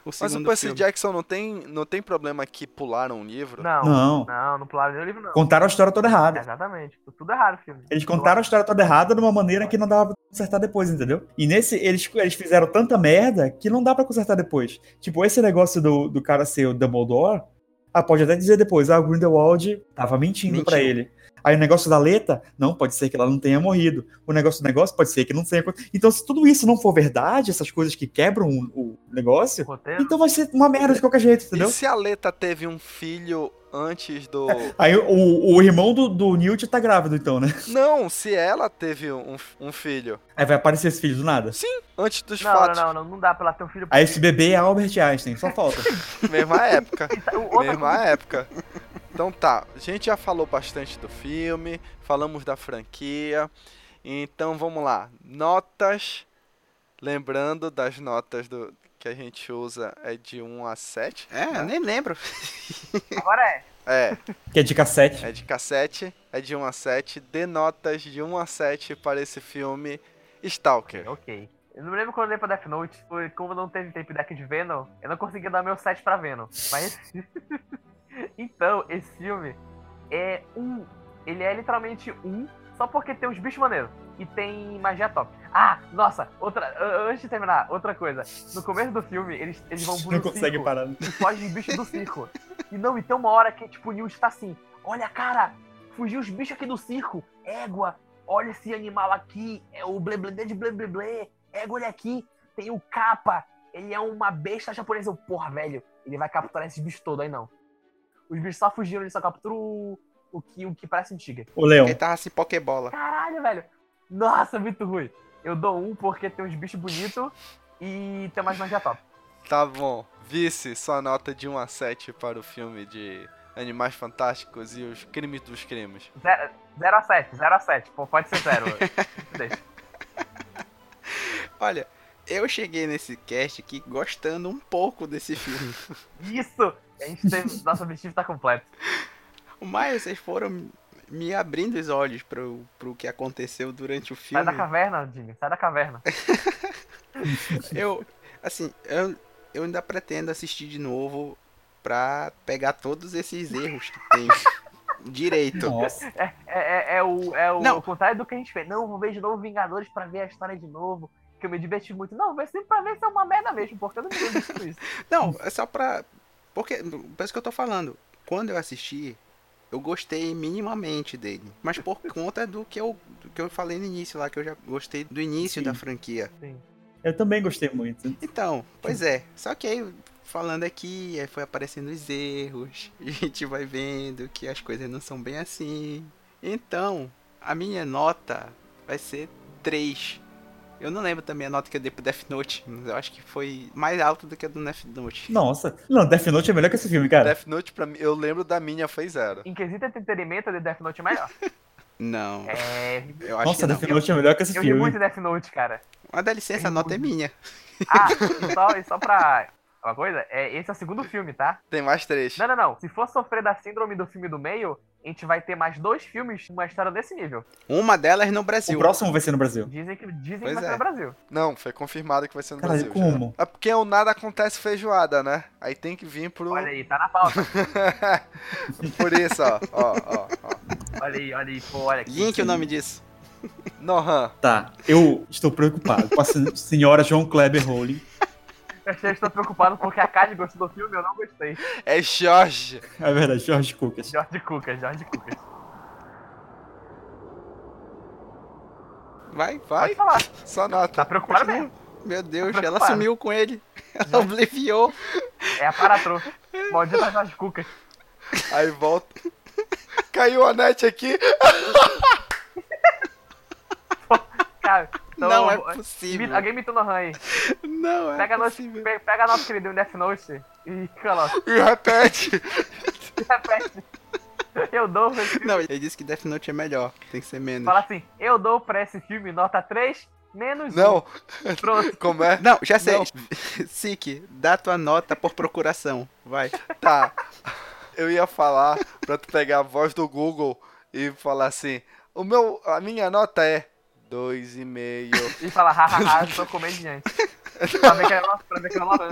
O
Mas o
segundo
Percy
filme.
Jackson não tem, não tem problema que pularam um livro?
Não, não,
Não.
não, pularam nem o livro, não.
Contaram a história toda errada.
Exatamente. tipo, Tudo errado o filme.
Eles contaram a história toda errada de uma maneira que não dava pra consertar depois, entendeu? E nesse, eles, eles fizeram tanta merda que não dá pra consertar depois. Tipo, esse negócio do, do cara ser o Dumbledore, ah, pode até dizer depois, ah, o Grindelwald tava mentindo
Mentiu.
pra ele. Aí o negócio da Leta, não, pode ser que ela não tenha morrido. O negócio do negócio, pode ser que não tenha. acontecido. Então, se tudo isso não for verdade, essas coisas que quebram o, o negócio,
Roteiro,
então vai ser uma merda de qualquer jeito, entendeu?
E se a Leta teve um filho antes do.
Aí o, o irmão do, do Newt tá grávido, então, né?
não, se ela teve um, um filho
Aí vai aparecer esse filho do nada.
antes dos
não,
fatos,
não, não, não, não dá pra ela ter um filho.
Aí esse bebê é Albert Einstein, só falta.
mesma época.
O- Outra
mesma época. Então tá, a gente já falou bastante do filme, falamos da franquia. Então vamos lá, notas. Lembrando das notas do que a gente usa é de 1 a 7.
É, eu nem lembro.
agora é.
É,
Que é de cassete.
é de cassete, é de 1 a 7. Dê notas de 1 a 7 para esse filme Stalker.
Ok. Eu não me lembro quando eu dei pra Death Note, foi como não teve tape deck de Venom, eu não conseguia dar meu set pra Venom. Mas. então, esse filme é um. Ele é literalmente um, só porque tem uns bichos maneiros. E tem magia top. Ah, nossa, outra. a- Antes de terminar, outra coisa. No começo do filme, eles, eles vão um pro
Não consegue
circo
parar.
e foge os bichos do circo. E não, e tem uma hora que, tipo, o Newt tá assim: Olha, cara, fugiu os bichos aqui do circo. Égua, olha esse animal aqui. É o blé blé blé de blé blé blé. Égua, olha aqui. Tem o capa. Ele é uma besta japonesa. Eu, porra, velho, ele vai capturar esses bichos todos aí, não. Os bichos só fugiram, ele só capturou o que, o que parece um tigre.
O Leão.
Ele tava assim, Pokébola.
Caralho, velho. Nossa, muito ruim. Eu dou um porque tem uns bichos bonitos e tem mais magia top.
Tá bom. Vice, sua nota de 1 a 7 para o filme de Animais Fantásticos e os Crimes dos Crimes.
0 a 7, 0 a 7. Pô, pode ser 0.
Olha, eu cheguei nesse cast aqui gostando um pouco desse filme.
Isso! A gente teve. Nosso objetivo tá completo.
Mas vocês foram me abrindo os olhos pro, pro que aconteceu durante o
Sai
filme.
da caverna, Jimmy. Sai da caverna.
Eu, assim, eu, eu ainda pretendo assistir de novo pra pegar todos esses erros que tem direito.
Nossa.
É, é- é o, é o
Não.
contrário do que a gente fez. Não, vou ver de novo Vingadores pra ver a história de novo. Que eu me diverti muito. Não, vou ver sempre pra ver se é uma merda mesmo, porque eu não me lembro disso. isso.
Não, é só pra. Porque, por isso que eu tô falando. Quando eu assisti, eu gostei minimamente dele. Mas por conta do que eu, do que eu falei no início lá, que eu já gostei do início
Sim.
da franquia.
Sim.
Eu também gostei muito.
Então, pois é. Só que aí, falando aqui, aí foi aparecendo os erros. E a gente vai vendo que as coisas não são bem assim. Então, a minha nota vai ser 3. Eu não lembro também a nota que eu dei pro Death Note, mas eu acho que foi mais alta do que a do Death Note.
Nossa. Não, Death Note é melhor que esse filme, cara.
Death Note, pra mim, eu lembro da minha foi zero.
Em quesito entretenimento, de Death Note é melhor.
Não,
É.
eu acho
Nossa,
que não.
Death Note é melhor que esse
Eu ri
filme.
muito em Death Note, cara.
Mas dá licença, a nota é minha.
Ah, e só, e só pra uma coisa, é, esse é o segundo filme, tá?
Tem mais três.
Não, não, não. Se for sofrer da síndrome do filme do meio, a gente vai ter mais dois filmes, uma história desse nível.
Uma delas no
O
Brasil.
próximo vai ser no Brasil.
Dizem que, dizem
Pois
que vai
é.
ser no Brasil.
Não, foi confirmado que vai ser no
Caralho,
Brasil. já.
como?
É porque o nada acontece feijoada, né? Aí tem que vir pro.
Olha aí, tá na pauta.
Por isso, ó. ó, ó, ó.
Olha aí, olha aí, pô, olha aqui.
Link o nome disso.
Nohan.
Tá, eu estou preocupado com a sen- senhora João Kleber Rowling.
Eu achei- estou preocupado porque a Kali gostou do filme, eu não gostei.
É Jorge.
É verdade, Jorge Cucas.
George Lucas, George Lucas.
Vai,
Pode
vai.
falar,
Só nota.
tá preocupado
Continua.
mesmo.
Meu Deus,
Tá
ela
preocupado.
sumiu com ele. Ela obliviou.
É a Paratru. Maldita George Lucas.
Aí volta. Caiu a net aqui.
Cara, então,
não é
imita-
possível.
Alguém me no aí.
Não é
Pega a, noite,
possível.
pe- pega a nota que ele deu em Death Note e coloca.
E repete.
Repete. Eu dou pra esse filme.
Não, ele disse que Death Note é melhor. Tem que ser menos.
Fala assim, eu dou pra esse filme nota 3 menos
Não.
um. Pronto.
Como é?
Não, já sei.
Não.
Sik, dá tua nota por procuração. Vai.
Tá. Eu ia falar pra tu pegar a voz do Google e falar assim: o meu, a minha nota é dois e meio.
E fala, hahaha, eu sou comediante. pra ver que é nossa, pra ver que é nossa.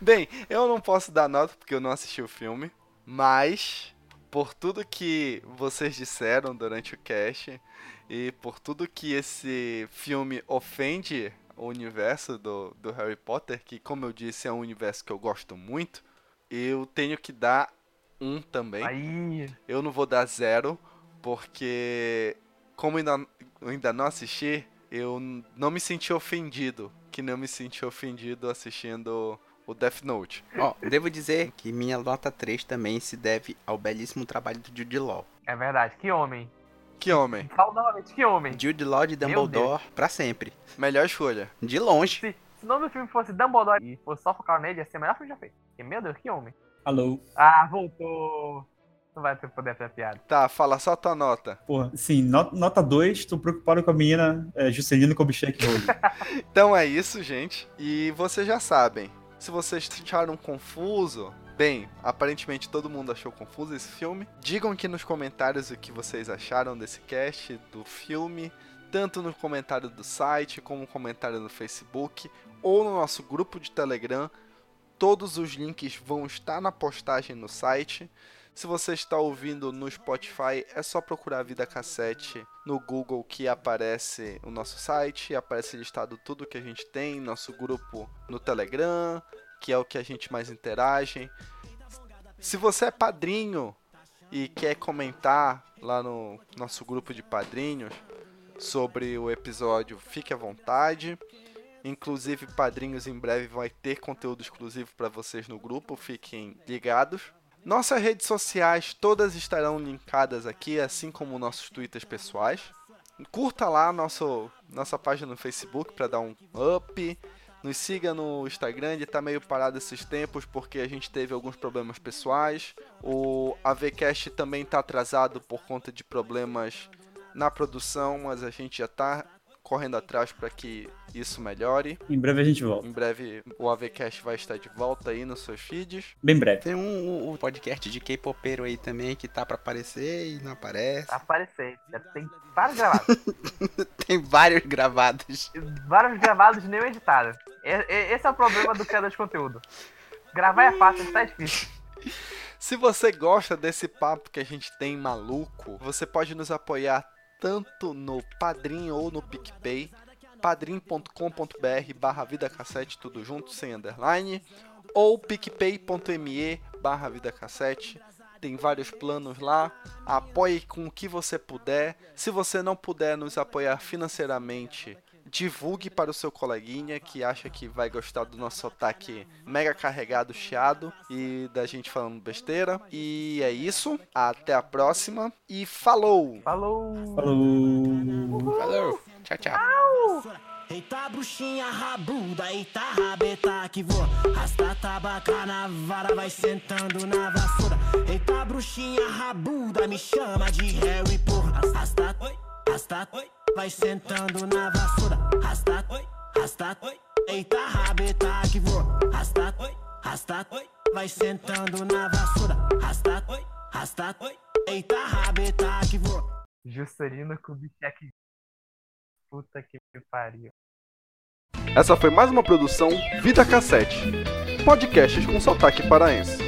Bem, eu não posso dar nota porque eu não assisti o filme, mas por tudo que vocês disseram durante o cast e por tudo que esse filme ofende o universo do, do Harry Potter, que como eu disse é um universo que eu gosto muito, eu tenho que dar um também.
Aí,
Eu não vou dar zero, porque como ainda, ainda não assisti, eu n- não me senti ofendido. Que não me senti ofendido assistindo o Death Note.
Ó, devo dizer que minha nota 3 também se deve ao belíssimo trabalho do Jude Law.
é verdade, que homem.
Que homem,
Falo novamente, que homem.
Jude Law de
Meu
Dumbledore pra sempre.
melhor escolha.
De longe.
Se, se o nome do filme fosse Dumbledore e fosse só focar nele, ia ser o melhor filme já feito. Porque, meu Deus, que homem.
Alô?
Ah, voltou. Não vai ter- poder ter piada.
Tá, fala só tua nota.
Porra, sim, no- nota 2, tô preocupado com a menina é, Juscelino Kubitschek Rowling.
Então é isso, gente. E vocês já sabem. Se vocês acharam confuso, bem, aparentemente todo mundo achou confuso esse filme. Digam aqui nos comentários o que vocês acharam desse cast, do filme, tanto no comentário do site, como no comentário no Facebook, ou no nosso grupo de Telegram. Todos os links vão estar na postagem no site. Se você está ouvindo no Spotify, é só procurar Vida Cassete no Google que aparece o nosso site, aparece listado tudo que a gente tem, nosso grupo no Telegram, que é o que a gente mais interage. Se você é padrinho e quer comentar lá no nosso grupo de padrinhos sobre o episódio, fique à vontade. Inclusive, padrinhos em breve vai ter conteúdo exclusivo para vocês no grupo, fiquem ligados. Nossas redes sociais todas estarão linkadas aqui, assim como nossos twitters pessoais. Curta lá nosso, nossa página no Facebook para dar um up. Nos siga no Instagram, ele tá meio parado esses tempos porque a gente teve alguns problemas pessoais. O AVCast também tá atrasado por conta de problemas na produção, mas a gente já tá correndo atrás para que isso melhore.
em breve a gente volta.
Em breve o AVCast vai estar de volta aí nos seus feeds.
Bem breve.
Tem um, um podcast de K-popero aí também que tá pra aparecer e não aparece.
Aparecer. Tá Tem vários gravados.
Tem vários gravados.
vários gravados nem editados. E- e- Esse é o problema do criador de conteúdo. Gravar é fácil, está difícil.
Se você gosta desse papo que a gente tem maluco, você pode nos apoiar tanto no Padrim ou no PicPay, padrim.com.br barra Vida Cassete, tudo junto, sem underline, ou picpay.me barra Vida Cassete. Tem vários planos lá. Apoie com o que você puder. Se você não puder nos apoiar financeiramente, divulgue para o seu coleguinha que acha que vai gostar do nosso ataque mega carregado, chiado e da gente falando besteira. E é isso. Até a próxima e falou!
Falou!
Falou!
Valeu. Tchau, tchau.
Eita bruxinha rabuda, eita rabeta que voa Rasta tabaca na vara, vai sentando na vassoura Eita bruxinha rabuda, me chama de Harry porra Rasta, rasta, vai sentando na vassoura Rasta, oi, rasta, oi. Eita rabeta que vou. Rasta, oi, rasta, oi. Vai sentando na vassoura. Rasta, oi, rasta, oi. Eita rabeta que vou.
Juscelino Kubitschek. Puta que me pariu.
Essa foi mais uma produção Vida Cassete. Podcasts com sotaque paraense.